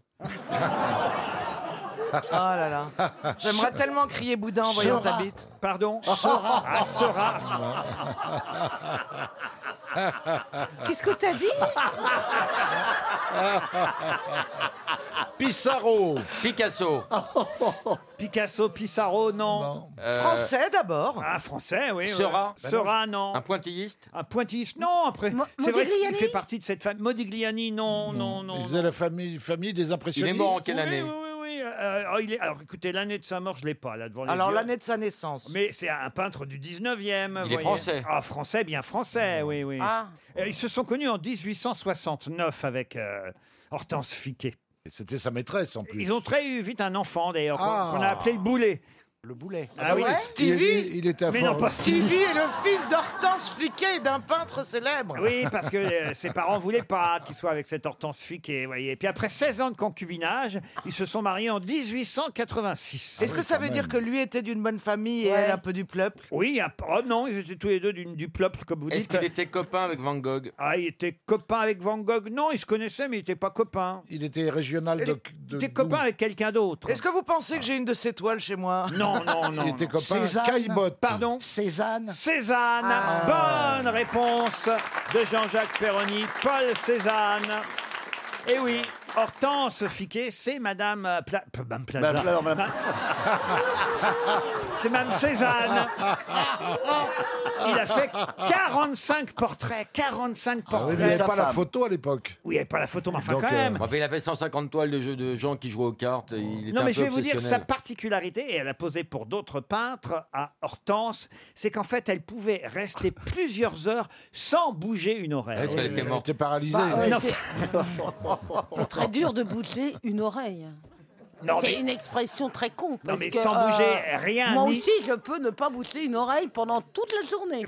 Ah là là. J'aimerais tellement crier boudin en voyant Sera. ta bite. Pardon Sera. Ah, Sera. Qu'est-ce que t'as dit Pissarro. Picasso. Picasso, Pissarro, non. Euh, Français d'abord. Bah Ah, français, oui. oui. Sera. Sera, non. Ben Un pointilliste. Un pointilliste, non. Après, Mo- c'est vrai qu'il Modigliani fait partie de cette famille. Modigliani, non, non, non. Il faisait la famille, famille des Il est impressionnistes. mort en quelle année Oui, oui, oui. euh, oh, il est- Alors, écoutez, l'année de sa mort, je l'ai pas là devant les Alors yeux. l'année de sa naissance. Mais c'est un peintre du 19e. Il est français. Ah, français, bien français, oui, oui. Ah. Euh, Ils se sont connus en 1869 avec euh, Hortense Fiquet. Et C'était sa maîtresse en plus. Ils ont très eu vite un enfant, d'ailleurs, qu'on Ah. qu'on a appelé le boulet. Le boulet. Ah oui. Il, Stevie il était à Mais Fort- non, pas Stevie est le fils d'Hortense Fliquet et d'un peintre célèbre. Oui, parce que euh, ses parents voulaient pas qu'il soit avec cette Hortense Fiquet, vous voyez. Et puis après 16 ans de concubinage, ils se sont mariés en 1886. Est-ce que ça veut dire que lui était d'une bonne famille et Ouais. elle un peu du peuple Oui, un- oh non, ils étaient tous les deux d'une- du peuple, comme vous Est-ce dites. qu'il était copain avec Van Gogh Ah, il était copain avec Van Gogh Non, ils se connaissaient, mais ils n'étaient pas copains. il était régional de. de- Ils étaient copains avec quelqu'un d'autre. Est-ce que vous pensez que j'ai une de ces toiles chez moi Non, non, Il non. était non. copain Cézanne. Caillebotte. Pardon Cézanne. Ah. Cézanne, bonne réponse de Jean-Jacques Perroni, Paul Cézanne. Eh oui, Hortense Fiquet, c'est Madame, euh, Pla- P- Madame Plaza. Madame Pla- Madame- c'est Madame Cézanne. Il a fait 45 portraits, 45 Ah oui, mais portraits. il n'y avait pas la femme. photo à l'époque. Oui, il n'y avait pas la photo, mais enfin Donc, quand euh, même. Bon, ben, Il avait 150 toiles de, jeux de gens qui jouaient aux cartes. Il était Non, un mais peu je vais vous dire, sa obsessionnel. particularité, et elle a posé pour d'autres peintres à Hortense, c'est qu'en fait, elle pouvait rester plusieurs heures sans bouger une oreille. Est-ce Ah, qu'elle était Il morte était paralysé. Bah, ouais, Non. c'est- C'est très dur de bouger une oreille. Non, c'est mais- une expression très con. Parce mais que, sans euh, bouger, rien, Moi ni- aussi, je peux ne pas bouger une oreille pendant toute la journée.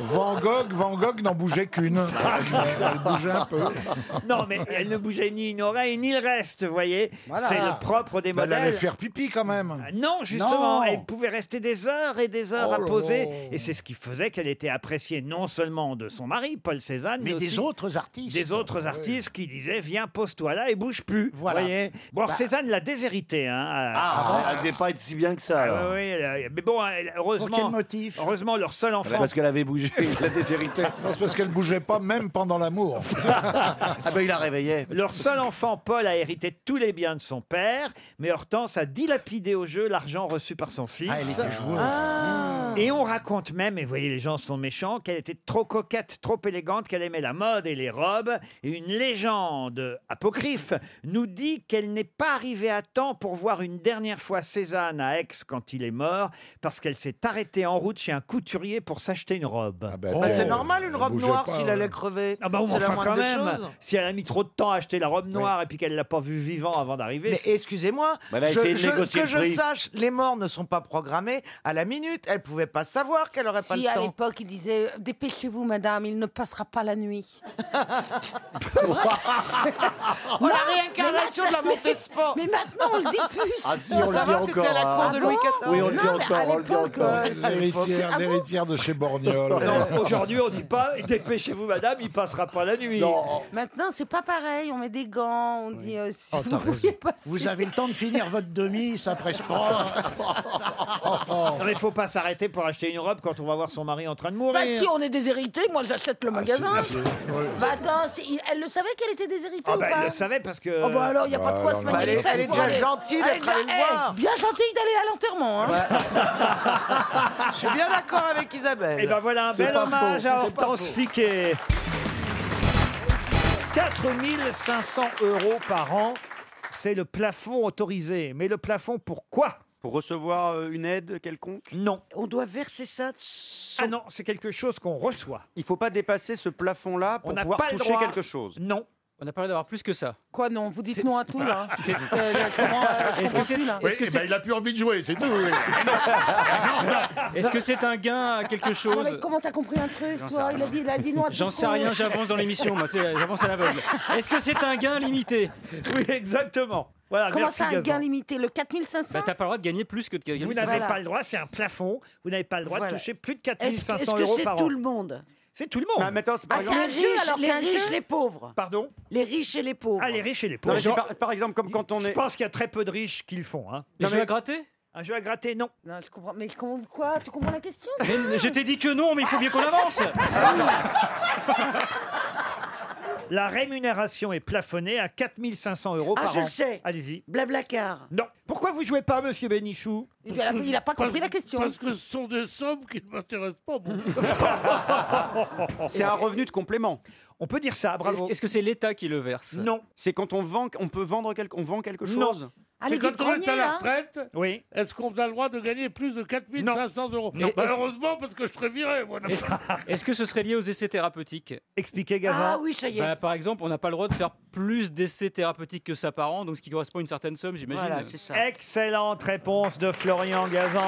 Van Gogh, Van Gogh n'en bougeait qu'une. Elle bougeait un peu. Non, mais elle ne bougeait ni une oreille, ni le reste, vous voyez. Voilà. C'est le propre des Mais Elle allait modèles. Ah, faire pipi quand même. Non, justement, Non. elle pouvait rester des heures et des heures Oh à là poser. là. Et c'est ce qui faisait qu'elle était appréciée non seulement de son mari, Paul Cézanne, mais, Mais des aussi autres artistes. des autres artistes qui disaient Viens, pose-toi là et bouge plus. Voilà. Voyez bon, alors, Bah- Cézanne l'a déshéritée. Hein, à- Ah, elle devait pas être si bien que ça. Ah alors. oui, oui, elle a- mais bon, elle- heureusement. Pour quel motif Heureusement, leur seul enfant. Ah, Parce qu'elle avait bougé, elle a déshérité. Non, c'est parce qu'elle bougeait pas même pendant l'amour. Ah ben il la réveillait. Leur seul enfant, Paul, a hérité tous les biens de son père, mais Hortense a dilapidé au jeu l'argent reçu par son fils. Ah. Ah, elle était joueuse. Et on raconte même, et vous voyez, les gens sont méchants, qu'elle était trop coquette, trop élégante, qu'elle aimait la mode et les robes. Et une légende apocryphe nous dit qu'elle n'est pas arrivée à temps pour voir une dernière fois Cézanne à Aix quand il est mort, parce qu'elle s'est arrêtée en route chez un couturier pour s'acheter une robe. Ah ben, Bah, elle- C'est normal une elle robe bougeait noire pas, s'il ouais. allait crever. Oh. Ah bah oui, mais C'est la enfin moindre quand des même, choses. si elle a mis trop de temps à acheter la robe noire et puis qu'elle l'a pas vue vivant avant d'arriver, Mais c'est- excusez-moi, Bah, elle a je- essayé de je- négocier que le je prix. sache, les morts ne sont pas programmés à la minute. Elle pouvait pas savoir qu'elle aurait pas Si le à temps. l'époque il disait euh, dépêchez-vous madame, il ne passera pas la nuit. Oh, la réincarnation de la Montespan. Mais maintenant on le dit plus. Ah si, on le Ça dit va, t'étais encore. à la cour hein. de Louis XIV. Oui, on le Non, dit mais à encore, on le dit l'époque, encore. euh, L'héritière, Ah bon l'héritière de chez Borgnol. Non, aujourd'hui on dit pas dépêchez-vous madame, il passera pas la nuit. Non, Maintenant c'est pas pareil, on met des gants, on dit euh, si Oh, vous t'as raison. pouviez passer. Vous avez le temps de finir votre demi, ça presse pas. Non, mais faut pas s'arrêter pour acheter une robe quand on va voir son mari en train de mourir. Bah si on est déshérité, moi j'achète Ah, le magasin. c'est- oui. Bah attends, c'est- il- elle le savait qu'elle était déshéritée Ah ou bah, pas elle le savait parce que. Oh bah alors, il n'y a pas de quoi se Bah, manifester. elle est- elle est déjà gentille d'être allée le eh, voir. Bien gentille d'aller à l'enterrement. Hein. Je suis bien d'accord avec Isabelle. Et ben voilà un bel hommage à Hortense Fiquet. 4500 euros par an, c'est le plafond autorisé. Mais le plafond pour quoi Pour recevoir euh, une aide quelconque Non. On doit verser ça. Ah non, c'est quelque chose qu'on reçoit. Il faut pas dépasser ce plafond-là pour On n'a pouvoir pas le toucher droit. quelque chose. Non. On n'a pas l'air d'avoir plus que ça. Quoi non Vous dites non à tout, là. C'est- Euh, là, je comprends, euh, je Est-ce Est-ce que comprends c'est- plus, là. Oui, est-ce que eh c'est- ben, il a plus envie de jouer, c'est tout. Est-ce que c'est un gain à quelque Ah Non, chose mais comment t'as compris un truc, J'en sais toi Il a rien. dit, il a dit non à tout J'en ce sais qu'on- rien, j'avance dans l'émission, moi, tu sais, j'avance à l'aveugle. Est-ce que c'est un gain limité Oui, exactement. Voilà, Comment merci, ça, un Gazan. gain limité Le 4500 Bah, t'as pas le droit de gagner plus que de gagner. Vous n'avez pas le droit, c'est un plafond. Vous n'avez pas le droit de Voilà. toucher plus de Est-ce que- 4500 est-ce que euros c'est par an. tout le monde Bah, C'est tout le monde. Ah, mais attends, c'est par Ah, c'est exemple- un jeu, alors, c'est un jeu pauvres. Pardon Les riches et les pauvres. Ah, les riches et les pauvres. mais c'est par, par exemple, comme quand on Je est. pense qu'il y a très peu de riches qui le font. Hein. Les jeux à gratter Un jeu à gratter, non. Non, je comprends. Mais comment, quoi Tu comprends la question Mais je t'ai dit que non, mais il faut bien qu'on avance. La rémunération est plafonnée à 4500 euros Ah, par an. je le sais. Allez-y. Blablacar. Non. Pourquoi vous jouez pas, monsieur Bénichou Il n'a pas compris la question. Parce que ce sont des sommes qui ne m'intéressent pas. moi. C'est un revenu de complément. Oh, On peut dire ça, bravo. Est-ce que c'est l'État qui le verse Non. C'est quand on vend, on peut vendre quelque, on vend quelque Non. chose. C'est quand on est à la retraite, Oui. est-ce qu'on a le droit de gagner plus de 4500 euros Non. Malheureusement, parce que je serais viré. moi. Est-ce que ce serait lié aux essais thérapeutiques Expliquez, Gazan. Ah oui, ça y est. Bah, par exemple, on n'a pas le droit de faire plus d'essais thérapeutiques que ça par an, donc ce qui correspond à une certaine somme, j'imagine. Voilà, c'est Excellente réponse de Florian Gazan.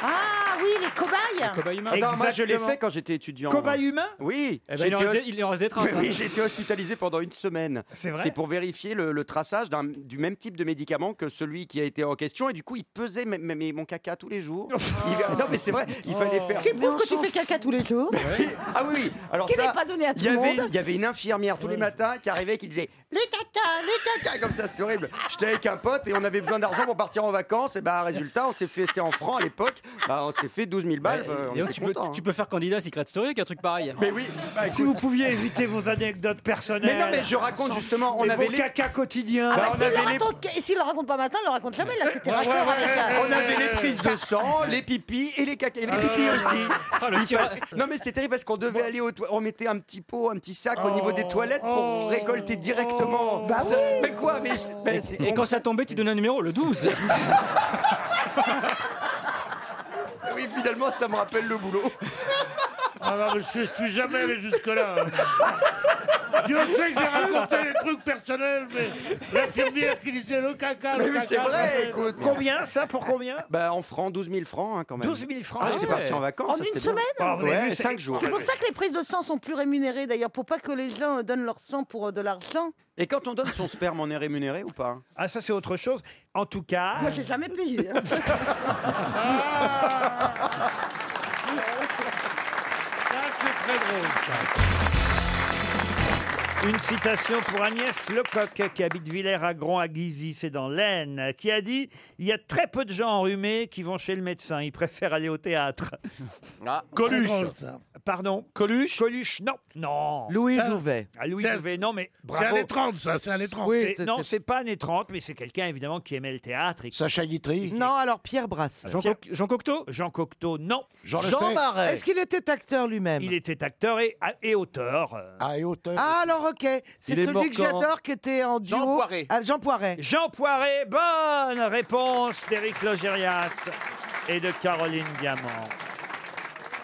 Ah oui, les cobayes. Attends, moi je l'ai Exactement. fait quand j'étais étudiant. Cobaye humain Oui. Eh ben, il en J'étais reste- hos- il en reste des traces, Oui, hein. J'ai été hospitalisé pendant une semaine. C'est vrai pour vérifier le, le traçage d'un- du même type de médicament que celui qui a été en question. Et du coup, il pesait mes- mes- mes- mon caca tous les jours. Il- Non, mais c'est vrai, il Oh. fallait faire. Ce qui prouve que tu fais caca tous les jours. Ah oui, oui. Alors Ce qui ça, n'est pas donné à tout il y le avait- monde. Il y avait une infirmière tous les matins qui arrivait qui disait les caca, les Ah, caca, comme ça, c'était horrible. J'étais avec un pote et on avait besoin d'argent pour partir en vacances. Et bah, résultat, on s'est fait, c'était en francs à l'époque, bah, on s'est fait 12 000 balles. bah, on Et donc, était tu, peux, contents, hein. tu peux faire candidat à Secret Story avec un truc pareil. Mais oui, bah, Si vous écoute. pouviez éviter vos anecdotes personnelles. Mais non, mais je raconte Sans- justement, on mais avait vos les- caca quotidiens. Ah bah, on s'il avait le les- raconte, et s'il le raconte pas maintenant, il le raconte jamais. Là, c'était Ouais, raccord ouais, avec euh, ouais, un- on avait les prises de sang, les pipis et les caca. Il y avait les pipis Oh, aussi. Ah, le Il petit- fallait- Non mais c'était terrible parce qu'on devait aller aux toilettes. On mettait un petit pot, un petit sac Oh. au niveau des toilettes pour récolter directement. Bah Ça- Mais quoi Mais, mais c'est- Et quand ça tombait, tu donnais un numéro, le 12. Oui, finalement, ça me rappelle le boulot. Ah non, mais je, je suis jamais allé jusque-là. hein. Dieu sait que j'ai raconté des trucs personnels, mais l'infirmière qui disait le caca, Mais le oui, caca. c'est vrai, écoute. Combien ça pour combien Bah, en francs, 12 000 francs hein, quand même. 12 000 francs. Ah, j'étais ouais. parti en vacances. En ça, une c'était bien. semaine Ah, vous l'avez Ouais, vu, c'est- 5 jours. C'est pour ça que les prises de sang sont plus rémunérées d'ailleurs, pour pas que les gens donnent leur sang pour euh, de l'argent. Et quand on donne son sperme, on est rémunéré ou pas Ah, ça, c'est autre chose. En tout cas, Moi, j'ai jamais payé. hein. Ah. une citation pour Agnès Lecoq, qui habite Villers à Grand, à Guizy, c'est dans l'Aisne, qui a dit Il y a très peu de gens enrhumés qui vont chez le médecin. Ils préfèrent aller au théâtre. Ah. Coluche. Très drôle, ça. Pardon Coluche Coluche, non. Non. Louis Jouvet. Ah, Louis C'est un- Jouvet, non, mais C'est bravo. un étrange, ça, c'est un étrange. Oui, C'est- c'est- non, c'est- c'est pas un étrange, mais c'est quelqu'un évidemment qui aimait le théâtre. Et... Sacha Guitry Non, alors Pierre Brasse. Jean, Pierre- Coc- Jean Cocteau Jean Cocteau, non. Jean, Est-ce qu'il était acteur lui-même Il était acteur et, et auteur. euh. Ah, et auteur. Ah alors ok, c'est Il est mort celui que quand j'adore qui était en duo. Jean Poiret. Ah, Jean Poiret. Jean Poiret, bonne réponse d'Éric Logérias et de Caroline Diamant.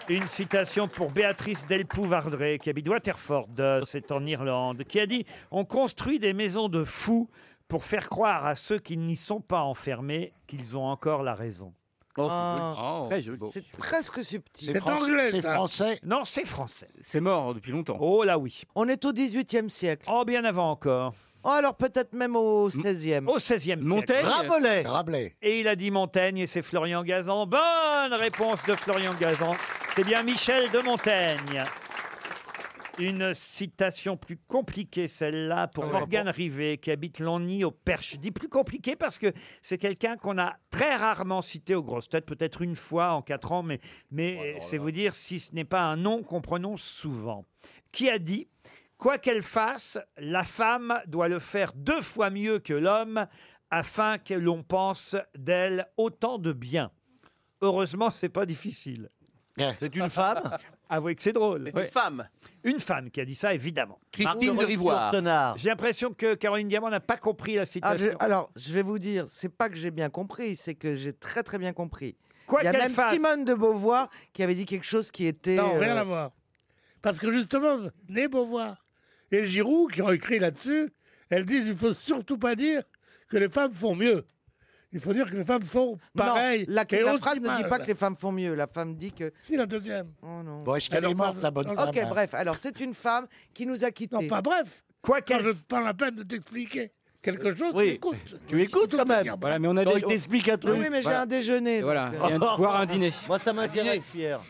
Une citation pour Béatrice Delpoux-Vardré, qui habite Waterford, euh, c'est en Irlande, qui a dit « On construit des maisons de fous pour faire croire à ceux qui n'y sont pas enfermés qu'ils ont encore la raison. Ah, Oh. C'est presque subtil. C'est Fran- c'est français. ». Non, c'est français. C'est mort hein, depuis longtemps. Oh là oui. On est au 18e siècle. Oh, bien avant encore. Oh alors peut-être même au 16e. Au XVIe siècle. Montaigne Rabelais. Rabelais. Et il a dit Montaigne et c'est Florian Gazan. Bonne réponse de Florian Gazan. C'est bien Michel de Montaigne. Une citation plus compliquée, celle-là, pour Ah ouais. Morgane Rivet, qui habite Longny au Perche. Je dis plus compliqué parce que c'est quelqu'un qu'on a très rarement cité aux grosses têtes, peut-être une fois en quatre ans, mais, mais euh, c'est vous dire si ce n'est pas un nom qu'on prononce souvent. Qui a dit Quoi qu'elle fasse, la femme doit le faire deux fois mieux que l'homme afin que l'on pense d'elle autant de bien. Heureusement, c'est pas difficile. C'est une femme Avouez que c'est drôle. C'est une femme. Une femme qui a dit ça, évidemment. Christine de Rivoire. J'ai l'impression que Caroline Diamant n'a pas compris la Ah, je- situation. alors, je vais vous dire, c'est pas que j'ai bien compris, c'est que j'ai très très bien compris. Quoi Il y a qu'elle même fasse. Simone de Beauvoir qui avait dit quelque chose qui était. Non, rien euh, à voir. Parce que justement, les Beauvoir et Giroud, qui ont écrit là-dessus, elles disent il faut surtout pas dire que les femmes font mieux. Il faut dire que les femmes font pareil. Non, la, et la aussi phrase ne dit mal. pas que les femmes font mieux. La femme dit que. Si, la deuxième. Oh non. Bon, est-ce qu'elle est morte, la bonne femme Ok, hein bref. Alors, c'est une femme qui nous a quittés. Non, pas bref. Quoi qu'elle. Je prends la peine de t'expliquer quelque chose. Oui. Tu écoutes. Tu écoutes quand même. Voilà, mais on a Donc, des- il t'explique un Oui, truc. Ah oui, mais j'ai un déjeuner. Et voilà, donc, et euh. un- voire un dîner. Moi, ça m'intéresse, Pierre. Oh.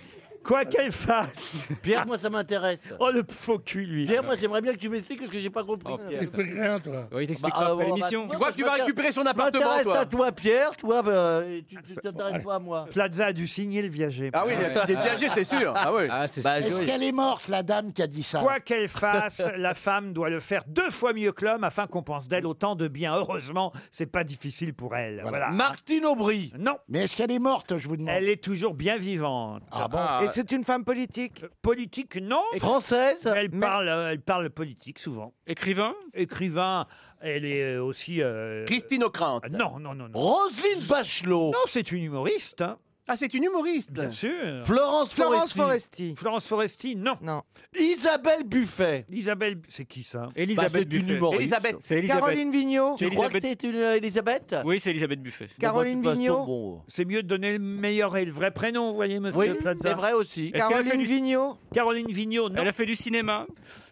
Quoi qu'elle fasse. Pierre, moi, ça m'intéresse. Oh, le faux cul, lui. Pierre, moi, j'aimerais bien que tu m'expliques parce que j'ai pas compris. Oh, Pierre. T'expliques rien, toi. Oui, il t'expliquera Bah, euh, après bah, l'émission. bah, m'intéresse- m'intéresse à toi, Pierre. Toi, bah, et tu tu t'intéresses pas à moi. Plaza a dû signer le viager. Ah oui, il a signé le viager, c'est sûr. Ah oui. Ah, c'est Bah, sûr. Est-ce qu'elle est morte, la dame qui a dit ça Quoi qu'elle fasse, la femme doit le faire deux fois mieux que l'homme afin qu'on pense d'elle autant de bien. Heureusement, c'est pas difficile pour elle. Voilà. Martine Aubry. Non. Mais est-ce qu'elle est morte, je vous demande Elle est toujours bien vivante. Ah bon Ah. Et c'est une femme politique Politique, non. Française Elle parle, euh, elle parle politique souvent. Écrivain Écrivain. Elle est euh, aussi. Christine O'Crante. Non, non, non, non. Roselyne Bachelot. Non, c'est une humoriste. hein. Ah, c'est une humoriste. Bien sûr. Florence Florence Foresti. Florence Foresti, non. Non. Isabelle Buffet. Isabelle, c'est qui ça Elisabeth Bah, c'est Buffet. une humoriste. Elisabeth. C'est Elisabeth. Caroline Vigneault. Tu crois que c'est une euh, Elisabeth Oui, c'est Elisabeth Buffet. Caroline Vigneault. C'est mieux de donner le meilleur et le vrai prénom, vous voyez, monsieur Oui, Plaza. c'est vrai aussi. Est-ce qu'elle a Caroline fait du- Vigneault. Caroline Vigneault, non. Elle a fait du cinéma.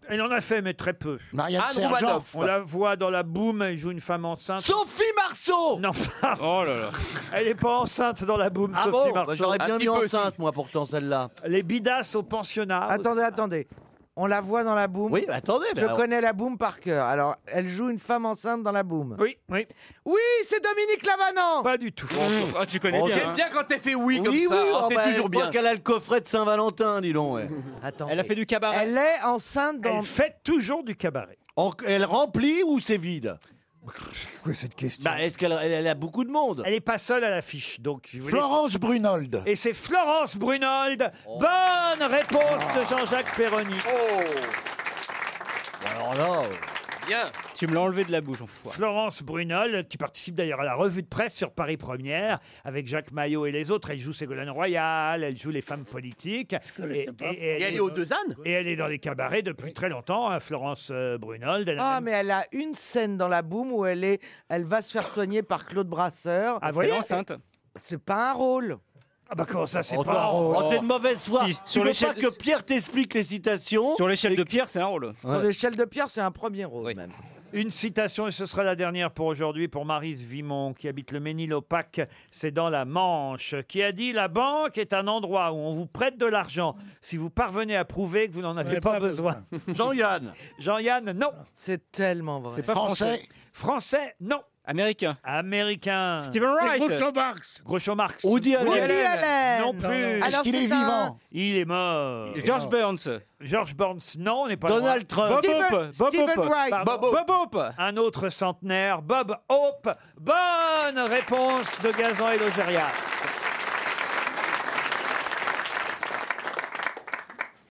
Elle en a fait, mais très peu. Marianne Anne Sergent. Roumanoff. On la voit dans la boum, elle joue une femme enceinte. Sophie Marceau Non. oh là là. Elle est pas enceinte dans la boum, Ah Sophie bon Bah, Marceau. J'aurais bien mis enceinte, moi, pourtant, celle-là. Les bidasses au pensionnat. Attendez, attendez. On la voit dans la boum. Oui, bah, attendez, bah, Je on- connais la boum par cœur. Alors, elle joue une femme enceinte dans la boum. Oui, oui. Oui, c'est Dominique Lavanant. Pas du tout. Ah, tu connais bien. hein. quand t'es fait oui, oh, bah, comme ça, oh, hein, bah, c'est toujours bien. qu'elle a le coffret de Saint-Valentin, dis donc. ouais. Elle a fait du cabaret. Elle est enceinte dans. Elle fait toujours du cabaret. En- eh, elle remplit ou c'est vide Quoi cette question bah, Est-ce qu'elle elle- elle a beaucoup de monde Elle n'est pas seule à l'affiche, donc si vous voulez- Florence Brunold. Et c'est Florence Brunold. Oh. Bonne réponse de Jean-Jacques Perroni. Alors là. euh, Bien. Tu me l'as enlevé de la bouche, enfoiré. Florence Brunol, qui participe d'ailleurs à la revue de presse sur Paris Première, avec Jacques Maillot et les autres. Elle joue Ségolène Royal, elle joue les femmes politiques. Et, et Et elle est aux deux ânes Et elle est dans les cabarets depuis très longtemps, hein, Florence euh, Brunol. Elle Ah, a même- mais elle a une scène dans la boum où elle est, elle va se faire soigner par Claude Brasseur. Ah, voyez enceinte. hein. C'est pas un rôle. Ah bah comment ça, c'est Oh, pas... oh, Oh, t'es de mauvaise foi. Si, sur sur l'échelle l'échelle- que Pierre t'explique les citations. Sur l'échelle de Pierre, c'est un rôle. Sur l'échelle de Pierre, c'est un premier rôle même. Une citation, et ce sera la dernière pour aujourd'hui, pour Marise Vimon, qui habite le Ménil-Opac, c'est dans la Manche, qui a dit « La banque est un endroit où on vous prête de l'argent si vous parvenez à prouver que vous n'en avez n'avez pas, pas besoin. Jean-Yann. » Jean-Yann, non. C'est tellement vrai. C'est pas français. Français, non. Américain. Américain. Stephen Wright. C'est Groucho Marx. Groucho Marx. Woody Allen. Woody Allen. Non plus. Alors, Est-ce qu'il c'est est un- vivant Il est mort. George Burns. George Burns, non, on n'est pas Donald loin. Trump. Bob Stephen- Hope. Bob Stephen Hope. Wright. Pardon. Bob Hope. Bob Hope. Un autre centenaire, Bob Hope. Bonne réponse de Gazan et Logérias.